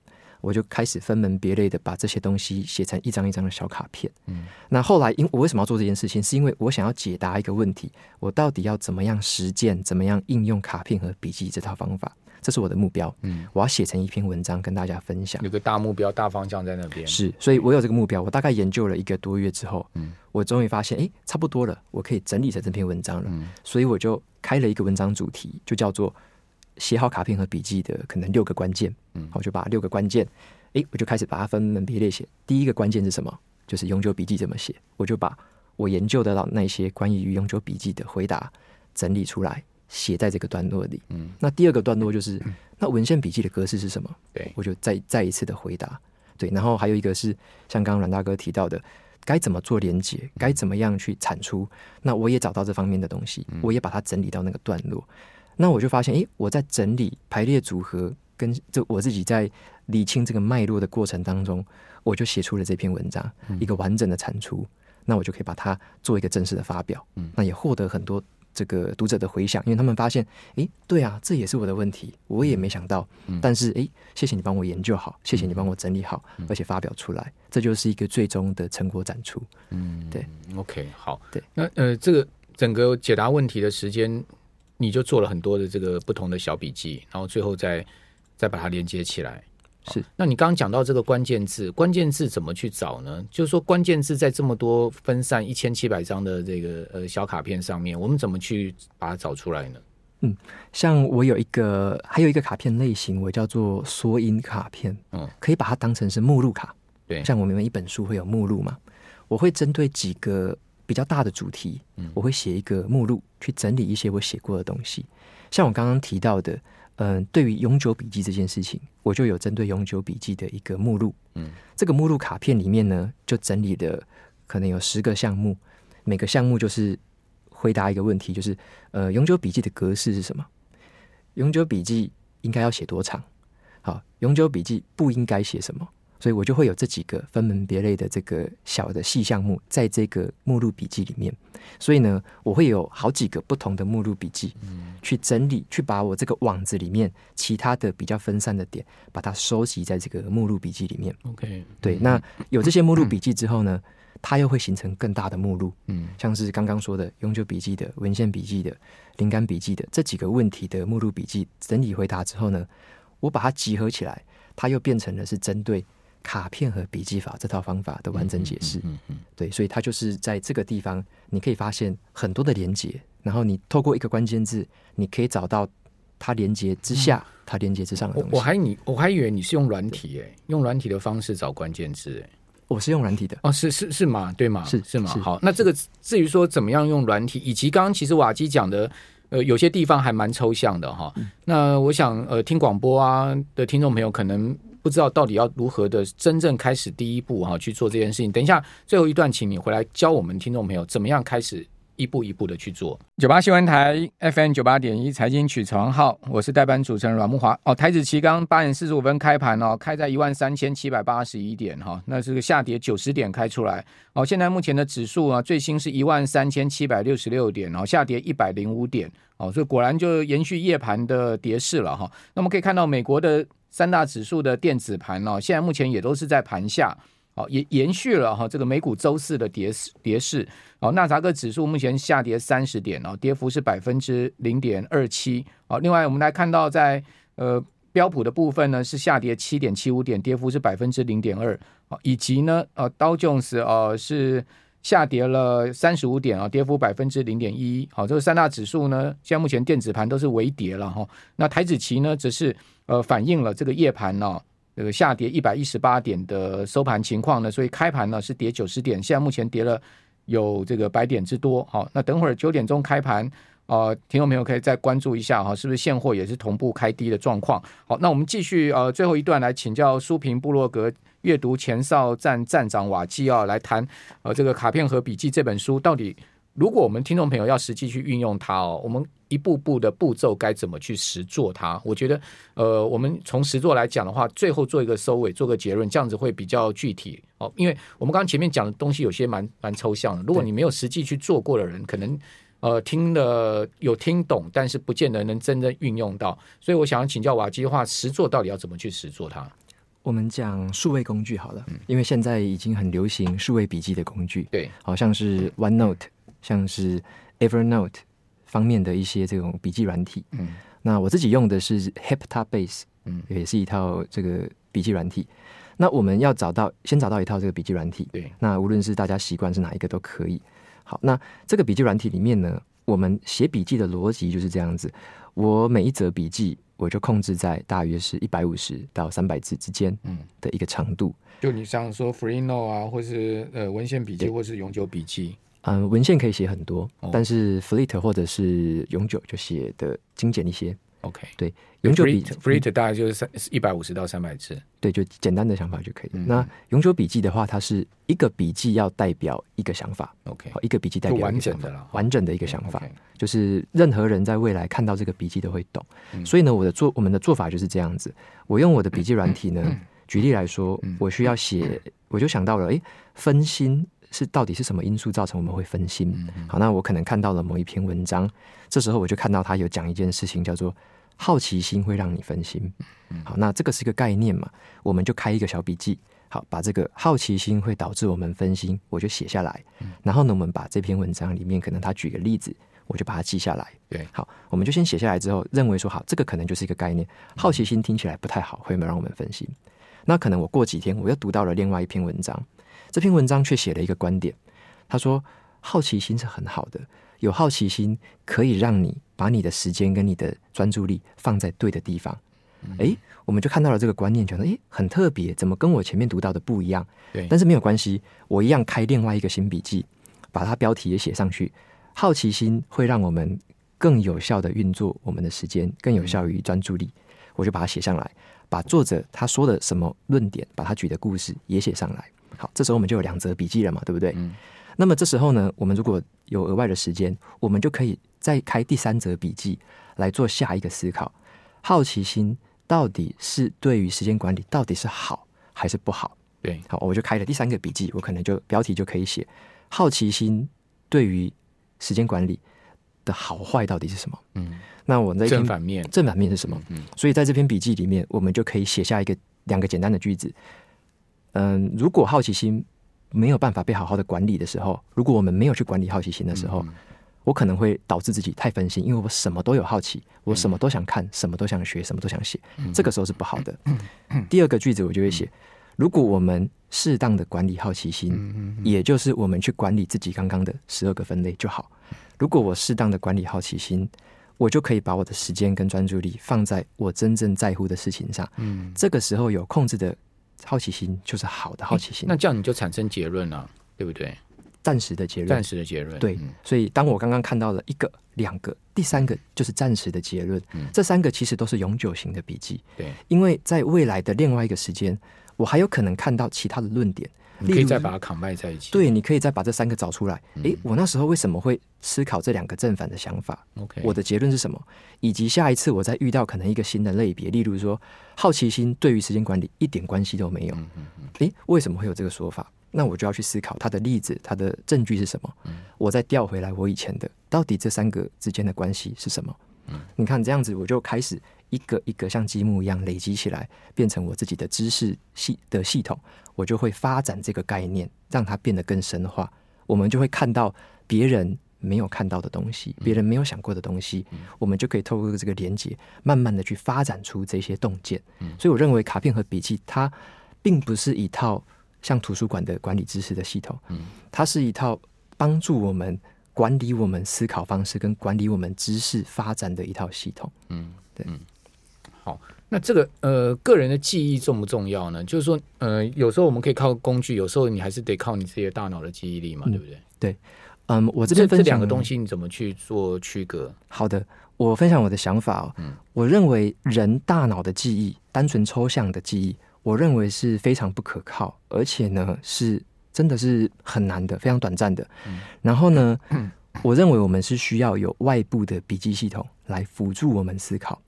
[SPEAKER 3] 我就开始分门别类的把这些东西写成一张一张的小卡片。
[SPEAKER 2] 嗯，
[SPEAKER 3] 那后来因我为什么要做这件事情，是因为我想要解答一个问题：我到底要怎么样实践，怎么样应用卡片和笔记这套方法？这是我的目标。
[SPEAKER 2] 嗯，
[SPEAKER 3] 我要写成一篇文章跟大家分享。
[SPEAKER 2] 有个大目标、大方向在那边。
[SPEAKER 3] 是，所以我有这个目标。我大概研究了一个多月之后，
[SPEAKER 2] 嗯
[SPEAKER 3] 我终于发现，哎，差不多了，我可以整理成这篇文章了。
[SPEAKER 2] 嗯
[SPEAKER 3] 所以我就开了一个文章主题，就叫做“写好卡片和笔记的可能六个关键”。
[SPEAKER 2] 嗯
[SPEAKER 3] 我就把六个关键，诶，我就开始把它分门别类写。第一个关键是什么？就是永久笔记怎么写。我就把我研究得到那些关于永久笔记的回答整理出来，写在这个段落里。
[SPEAKER 2] 嗯，
[SPEAKER 3] 那第二个段落就是，那文献笔记的格式是什么？
[SPEAKER 2] 对
[SPEAKER 3] 我就再再一次的回答。对，然后还有一个是像刚刚阮大哥提到的，该怎么做连接，该怎么样去产出。那我也找到这方面的东西，我也把它整理到那个段落。那我就发现，诶，我在整理排列组合跟这我自己在理清这个脉络的过程当中，我就写出了这篇文章，一个完整的产出。那我就可以把它做一个正式的发表，
[SPEAKER 2] 嗯
[SPEAKER 3] 那也获得很多这个读者的回响，因为他们发现，诶，对啊，这也是我的问题，我也没想到，但是诶，谢谢你帮我研究好，谢谢你帮我整理好，而且发表出来，这就是一个最终的成果展出。
[SPEAKER 2] 嗯
[SPEAKER 3] 对
[SPEAKER 2] ，OK，好，
[SPEAKER 3] 对，
[SPEAKER 2] 那呃，这个整个解答问题的时间，你就做了很多的这个不同的小笔记，然后最后再再把它连接起来。
[SPEAKER 3] 是
[SPEAKER 2] 那你刚刚讲到这个关键字，关键字怎么去找呢？就是说，关键字在这么多分散一千七百张的这个呃小卡片上面，我们怎么去把它找出来呢？
[SPEAKER 3] 像我有一个，还有一个卡片类型，我叫做缩影卡片，
[SPEAKER 2] 嗯，
[SPEAKER 3] 可以把它当成是目录卡。
[SPEAKER 2] 对
[SPEAKER 3] 像我们一本书会有目录嘛，我会针对几个比较大的主题，
[SPEAKER 2] 嗯
[SPEAKER 3] 我会写一个目录去整理一些我写过的东西。像我刚刚提到的，嗯、对于永久笔记这件事情，我就有针对永久笔记的一个目录。
[SPEAKER 2] 嗯，
[SPEAKER 3] 这个目录卡片里面呢，就整理了可能有十个项目，每个项目就是回答一个问题，就是呃，永久笔记的格式是什么？永久笔记应该要写多长？好，永久笔记不应该写什么？所以我就会有这几个分门别类的这个小的细项目，在这个目录笔记里面。所以呢，我会有好几个不同的目录笔记，去整理，去把我这个网子里面其他的比较分散的点，把它收集在这个目录笔记里面。
[SPEAKER 2] OK，
[SPEAKER 3] 对，那有这些目录笔记之后呢，它又会形成更大的目录，
[SPEAKER 2] 嗯
[SPEAKER 3] 像是刚刚说的永久笔记的、文献笔记的、灵感笔记的这几个问题的目录笔记整理回答之后呢，我把它集合起来，它又变成了是针对卡片和笔记法这套方法的完整解释。
[SPEAKER 2] 嗯嗯，
[SPEAKER 3] 对，所以它就是在这个地方，你可以发现很多的连接，然后你透过一个关键字，你可以找到它连接之下、它连接之上的
[SPEAKER 2] 我
[SPEAKER 3] 东
[SPEAKER 2] 嗯
[SPEAKER 3] 西。
[SPEAKER 2] 我还你我还以为你是用软体诶、用软体的方式找关键字诶、
[SPEAKER 3] 我是用软体的，
[SPEAKER 2] 哦，是是是吗？对吗？
[SPEAKER 3] 是
[SPEAKER 2] 是吗？
[SPEAKER 3] 是
[SPEAKER 2] 好，那这个至于说怎么样用软体，以及刚刚其实瓦基讲的，呃，有些地方还蛮抽象的哈。
[SPEAKER 3] 嗯
[SPEAKER 2] 那我想，呃，听广播啊的听众朋友可能不知道到底要如何的真正开始第一步哈去做这件事情。等一下最后一段，请你回来教我们听众朋友怎么样开始一步一步的去做。九八新闻台 FM 九八点一财经取床号，我是代班主持人阮木华。哦，台指期刚八点四十五分开盘哦，开在一万三千七百八十一点哈、那是个下跌九十点开出来。哦，现在目前的指数啊，最新是一万三千七百六十六点，哦，下跌一百零五点，哦，所以果然就延续夜盘的跌势了哈、那我们可以看到美国的三大指数的电子盘哦，现在目前也都是在盘下，哦，也延续了哈、这个美股周四的跌势跌势。哦，纳扎克指数目前下跌三十点哦，跌幅是百分之零点二七。哦，另外我们来看到在呃标普的部分呢是下跌七点七五点，跌幅是百分之零点二。哦，以及呢呃刀 Jones 呃是下跌了三十五点啊，跌幅百分之零点一。好，这三大指数呢，现在目前电子盘都是微跌了哈、那台指期呢，则是呃反映了这个夜盘啊呢、这个下跌一百一十八点的收盘情况呢，所以开盘呢是跌九十点，现在目前跌了有这个百点之多。好、那等会儿九点钟开盘，呃，听众朋友可以再关注一下哈、是不是现货也是同步开低的状况？好，那我们继续呃最后一段来请教书评部落格阅读前哨站站长瓦基奥、来谈呃这个《卡片和笔记》这本书到底。如果我们听众朋友要实际去运用它哦，我们一步步的步骤该怎么去实做它？我觉得，呃，我们从实作来讲的话，最后做一个收尾，做个结论，这样子会比较具体哦。因为我们刚刚前面讲的东西有些蛮蛮抽象的，如果你没有实际去做过的人，可能呃听了有听懂，但是不见得能真正运用到。所以我想要请教瓦基的话，实做到底要怎么去实做它？
[SPEAKER 3] 我们讲数位工具好了，
[SPEAKER 2] 嗯
[SPEAKER 3] 因为现在已经很流行数位笔记的工具，
[SPEAKER 2] 对，
[SPEAKER 3] 好像是 OneNote，像是 Evernote 方面的一些这种笔记软体。
[SPEAKER 2] 嗯，
[SPEAKER 3] 那我自己用的是 Heptabase，
[SPEAKER 2] 嗯
[SPEAKER 3] 嗯，也是一套这个笔记软体。那我们要找到，先找到一套这个笔记软体。
[SPEAKER 2] 对，
[SPEAKER 3] 那无论是大家习惯是哪一个都可以。好，那这个笔记软体里面呢，我们写笔记的逻辑就是这样子：我每一则笔记，我就控制在大约是一百五十到三百字之间
[SPEAKER 2] 嗯
[SPEAKER 3] 的一个长度。
[SPEAKER 2] 就你想说 free note 啊，或是呃文献笔记，或是永久笔记，
[SPEAKER 3] 嗯，文献可以写很多
[SPEAKER 2] 哦，
[SPEAKER 3] 但是 Fleet 或者是永久就写的精简一些。
[SPEAKER 2] OK，
[SPEAKER 3] 对，永久嗯笔
[SPEAKER 2] free free 大概就是三一百五十到三百字，
[SPEAKER 3] 对，就简单的想法就可以了。
[SPEAKER 2] 嗯
[SPEAKER 3] 那永久笔记的话，它是一个笔记要代表一个想法，哦
[SPEAKER 2] OK，
[SPEAKER 3] 好，一个笔记代
[SPEAKER 2] 哎就
[SPEAKER 3] 表一
[SPEAKER 2] 完
[SPEAKER 3] 个想
[SPEAKER 2] 整
[SPEAKER 3] 法
[SPEAKER 2] 的了，
[SPEAKER 3] 完整的一
[SPEAKER 2] 一
[SPEAKER 3] 个想法，就是任何人在未来看到这个笔记都会懂。
[SPEAKER 2] 嗯
[SPEAKER 3] 所以呢，我的做我们的做法就是这样子。我用我的笔记软体呢，举例来说
[SPEAKER 2] 嗯，
[SPEAKER 3] 我需要写，我就想到了，诶，分心是到底是什么因素造成我们会分心？
[SPEAKER 2] 嗯嗯
[SPEAKER 3] 好，那我可能看到了某一篇文章，这时候我就看到他有讲一件事情，叫做好奇心会让你分心。好，那这个是一个概念嘛，我们就开一个小笔记，好，把这个好奇心会导致我们分心，我就写下来。然后呢，我们把这篇文章里面可能他举个例子，我就把它记下来。
[SPEAKER 2] 对
[SPEAKER 3] 好，我们就先写下来之后，认为说好，这个可能就是一个概念。好奇心听起来不太好，会没有让我们分心。那可能我过几天我又读到了另外一篇文章，这篇文章却写了一个观点，他说好奇心是很好的，有好奇心可以让你把你的时间跟你的专注力放在对的地方。诶，我们就看到了这个观念，觉得诶很特别，怎么跟我前面读到的不一样？
[SPEAKER 2] 对
[SPEAKER 3] 但是没有关系，我一样开另外一个新笔记，把它标题也写上去。好奇心会让我们更有效的运作我们的时间，更有效于专注力。我就把它写上来，把作者他说的什么论点，把他举的故事也写上来。好，这时候我们就有两则笔记了嘛，对不对？
[SPEAKER 2] 嗯
[SPEAKER 3] 那么这时候呢，我们如果有额外的时间，我们就可以再开第三则笔记来做下一个思考。好奇心到底是对于时间管理到底是好还是不好？
[SPEAKER 2] 对，
[SPEAKER 3] 好，我就开了第三个笔记，我可能就标题就可以写好奇心对于时间管理的好坏到底是什么？
[SPEAKER 2] 嗯，
[SPEAKER 3] 那我在
[SPEAKER 2] 正反面，
[SPEAKER 3] 正反面是什么？
[SPEAKER 2] 嗯
[SPEAKER 3] 所以在这篇笔记里面，我们就可以写下一个两个简单的句子。嗯，如果好奇心没有办法被好好的管理的时候，如果我们没有去管理好奇心的时
[SPEAKER 2] 嗯
[SPEAKER 3] 候，我可能会导致自己太分心，因为我什么都有好奇，我什么都想
[SPEAKER 2] 嗯
[SPEAKER 3] 看，什么都想学，什么都想写，这个时候是不好的。
[SPEAKER 2] 嗯
[SPEAKER 3] 第二个句子我就会写：如果我们适当的管理好奇
[SPEAKER 2] 嗯
[SPEAKER 3] 心，也就是我们去管理自己刚刚的十二个分类就好。如果我适当的管理好奇心，我就可以把我的时间跟专注力放在我真正在乎的事情上。
[SPEAKER 2] 嗯，
[SPEAKER 3] 这个时候有控制的好奇心就是好的好奇心。
[SPEAKER 2] 那这样你就产生结论了，对不对？
[SPEAKER 3] 暂时的结论
[SPEAKER 2] 暂，时的结论，
[SPEAKER 3] 对
[SPEAKER 2] 嗯，
[SPEAKER 3] 所以当我刚刚看到了一个、两个、第三个，就是暂时的结论。
[SPEAKER 2] 嗯
[SPEAKER 3] 这三个其实都是永久型的笔记，
[SPEAKER 2] 对，
[SPEAKER 3] 因为在未来的另外一个时间，我还有可能看到其他的论点，
[SPEAKER 2] 你可以
[SPEAKER 3] 例如
[SPEAKER 2] 再把嗯它 combine 在一起，
[SPEAKER 3] 对，你可以再把这三个找出来。诶，我那时候为什么会思考这两个正反的想法？
[SPEAKER 2] ，OK，
[SPEAKER 3] 我的结论是什么？以及下一次我再遇到可能一个新的类别，例如说好奇心对于时间管理一点关系都没有。
[SPEAKER 2] 嗯
[SPEAKER 3] 诶，为什么会有这个说法？那我就要去思考它的例子，它的证据是什么？我再调回来我以前的，到底这三个之间的关系是什么？你看这样子，我就开始一个一个像积木一样累积起来，变成我自己的知识系的系统，我就会发展这个概念，让它变得更深化。我们就会看到别人没有看到的东西，别人没有想过的东西，我们就可以透过这个连接，慢慢的去发展出这些洞见。所以我认为卡片和笔记它并不是一套像图书馆的管理知识的系统，
[SPEAKER 2] 嗯
[SPEAKER 3] 它是一套帮助我们管理我们思考方式跟管理我们知识发展的一套系统。
[SPEAKER 2] 嗯那这个呃，个人的记忆重不重要呢？就是说，呃，有时候我们可以靠工具，有时候你还是得靠你自己的大脑的记忆力嘛，对不对？
[SPEAKER 3] 嗯，我这
[SPEAKER 2] 这
[SPEAKER 3] 边
[SPEAKER 2] 这
[SPEAKER 3] 分享
[SPEAKER 2] 两个东西你怎么去做区隔？
[SPEAKER 3] 好的，我分享我的想法哦。我认为人大脑的记忆，单纯抽象的记忆，我认为是非常不可靠，而且呢是真的是很难的，非常短暂的。然后呢，我认为我们是需要有外部的笔记系统来辅助我们思考。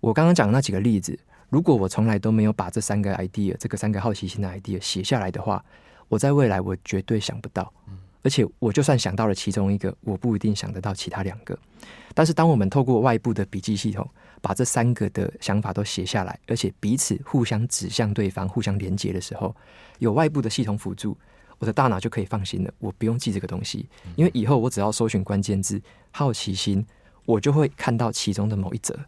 [SPEAKER 3] 我刚刚讲的那几个例子，如果我从来都没有把这三个 idea，这个三个好奇心的 idea 写下来的话，我在未来我绝对想不到。而且我就算想到了其中一个，我不一定想得到其他两个。但是当我们透过外部的笔记系统，把这三个的想法都写下来，而且彼此互相指向对方、互相连接的时候，有外部的系统辅助，我的大脑就可以放心了，我不用记这个东西，因为以后我只要搜寻关键字“好奇心”，我就会看到其中的某一则，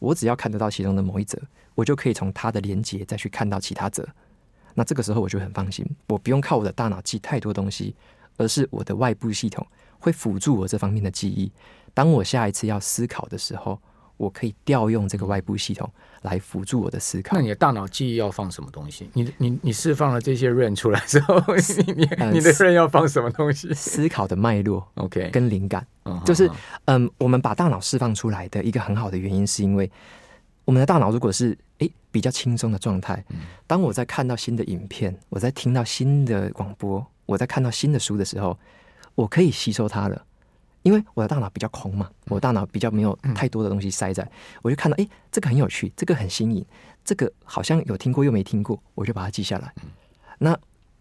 [SPEAKER 3] 我只要看得到其中的某一则，我就可以从它的连接再去看到其他则。那这个时候我就很放心，我不用靠我的大脑记太多东西，而是我的外部系统会辅助我这方面的记忆。当我下一次要思考的时候，我可以调用这个外部系统来辅助我的思考
[SPEAKER 2] 那。你的大脑记忆要放什么东西？你你你释放了这些 rain 出来之后，你你
[SPEAKER 3] 呃
[SPEAKER 2] 你的
[SPEAKER 3] [LAUGHS] 是
[SPEAKER 2] rain 要放什么东西
[SPEAKER 3] 思考的脉络
[SPEAKER 2] ？OK，
[SPEAKER 3] 跟灵感，
[SPEAKER 2] 嗯哼
[SPEAKER 3] 就是
[SPEAKER 2] 哼
[SPEAKER 3] 嗯，我们把大脑释放出来的一个很好的原因，是因为我们的大脑如果是诶比较轻松的状态，
[SPEAKER 2] 嗯
[SPEAKER 3] 当我在看到新的影片，我在听到新的广播，我在看到新的书的时候，我可以吸收它了。因为我的大脑比较空
[SPEAKER 2] 嗯
[SPEAKER 3] 嘛，我大脑比较没有太多的东西塞在，我就看到诶，这个很有趣，这个很新颖，这个好像有听过又没听过，我就把它记下来。
[SPEAKER 2] 嗯
[SPEAKER 3] 那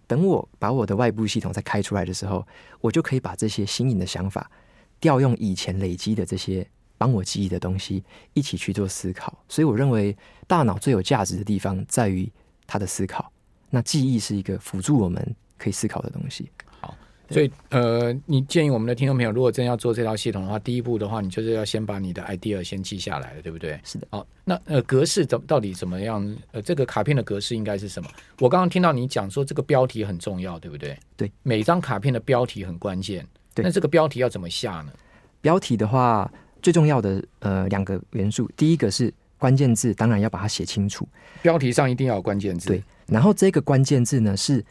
[SPEAKER 3] 等我把我的外部系统再开出来的时候，我就可以把这些新颖的想法调用以前累积的这些帮我记忆的东西一起去做思考。所以我认为大脑最有价值的地方在于它的思考。那记忆是一个辅助我们可以思考的东西。嗯
[SPEAKER 2] 所以呃，你建议我们的听众朋友，如果真要做这套系统的话，第一步的话，你就是要先把你的 idea 先记下来了，对不对？
[SPEAKER 3] 是的。
[SPEAKER 2] 好，那呃，格式怎到底怎么样？呃，这个卡片的格式应该是什么？我刚刚听到你讲说这个标题很重要，对不对？
[SPEAKER 3] 对，
[SPEAKER 2] 每张卡片的标题很关键。
[SPEAKER 3] 对
[SPEAKER 2] 那这个标题要怎么下呢？
[SPEAKER 3] 标题的话，最重要的呃两个元素，第一个是关键字，当然要把它写清楚。
[SPEAKER 2] 标题上一定要有关键字。
[SPEAKER 3] 对，，然后这个关键字呢是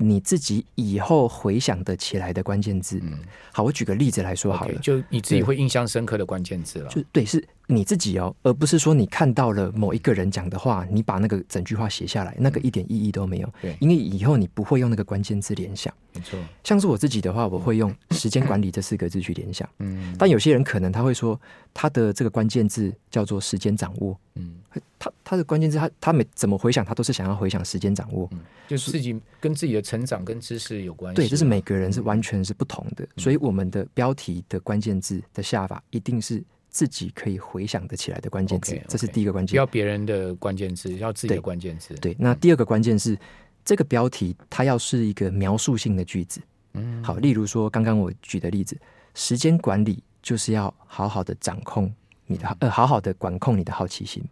[SPEAKER 3] 你自己以后回想得起来的关键字。
[SPEAKER 2] 嗯，
[SPEAKER 3] 好，我举个例子来说好
[SPEAKER 2] OK，
[SPEAKER 3] 了。
[SPEAKER 2] 就你自己会印象深刻的关键字了。
[SPEAKER 3] 就对，是你自己哦，而不是说你看到了某一个人讲的话，你把那个整句话写下来，那个一点意义都没有。
[SPEAKER 2] 嗯对
[SPEAKER 3] 因为以后你不会用那个关键字联想。
[SPEAKER 2] 没错。
[SPEAKER 3] 像是我自己的话，我会用“时间管理”这四个字去联想。
[SPEAKER 2] 嗯
[SPEAKER 3] 但有些人可能他会说，他的这个关键字叫做“时间掌握
[SPEAKER 2] 嗯，”，
[SPEAKER 3] 他他的关键字他他每怎么回想，他都是想要回想时间掌握。
[SPEAKER 2] 嗯就自己跟自己的成长跟知识有关系。
[SPEAKER 3] 对，这是每个人是完全是不同的，
[SPEAKER 2] 嗯
[SPEAKER 3] 所以我们的标题的关键字的下法一定是自己可以回想得起来的关键字
[SPEAKER 2] OK，OK
[SPEAKER 3] 这是第一个关键
[SPEAKER 2] 不。要别人的关键字，要自己的
[SPEAKER 3] 对
[SPEAKER 2] 关键字。，
[SPEAKER 3] 对，那第二个关键是这个标题它要是一个描述性的句子。
[SPEAKER 2] 嗯，
[SPEAKER 3] 好，例如说刚刚我举的例子，时间管理就是要好好的掌控你的，呃，好好的管控你的好奇心。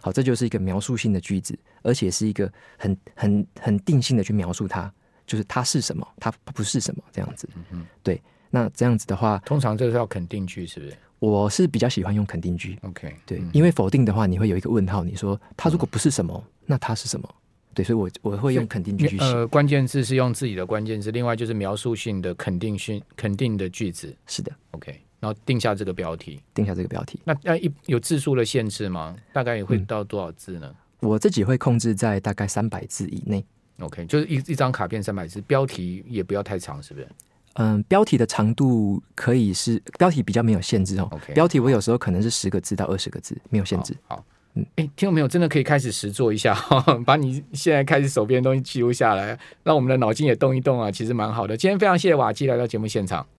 [SPEAKER 3] 好，这就是一个描述性的句子，而且是一个很很很定性的去描述它，就是它是什么，它不是什么这样子。对，那这样子的话，
[SPEAKER 2] 通常这是要肯定句，是不是
[SPEAKER 3] 我是比较喜欢用肯定句。
[SPEAKER 2] ？OK，
[SPEAKER 3] 对
[SPEAKER 2] 嗯，
[SPEAKER 3] 因为否定的话，你会有一个问号，你说它如果不是什么，那它是什么？对，所以我我会用肯定句去写。
[SPEAKER 2] 呃，关键字是用自己的关键字，另外就是描述性的肯定性肯定的句子
[SPEAKER 3] 是的，
[SPEAKER 2] ，OK，然后定下这个标题。
[SPEAKER 3] 定下这个标题。
[SPEAKER 2] 那那一有字数的限制吗？大概也
[SPEAKER 3] 嗯
[SPEAKER 2] 会到多少字呢、
[SPEAKER 3] 我自己会控制在大概三百字以内。
[SPEAKER 2] o k 就是一一张卡片三百字，标题也不要太长，是不是？
[SPEAKER 3] 嗯，标题的长度可以是标题比较没有限制哦。
[SPEAKER 2] OK
[SPEAKER 3] 标题我有时候可能是十个字到二十个字，没有限制。嗯
[SPEAKER 2] 好。好哎，听众朋友，真的可以开始实做一下， [LAUGHS] 哈哈把你现在开始手边的东西记录下来，让我们的脑筋也动一动啊，其实蛮好的。今天非常谢谢瓦基来到节目现场。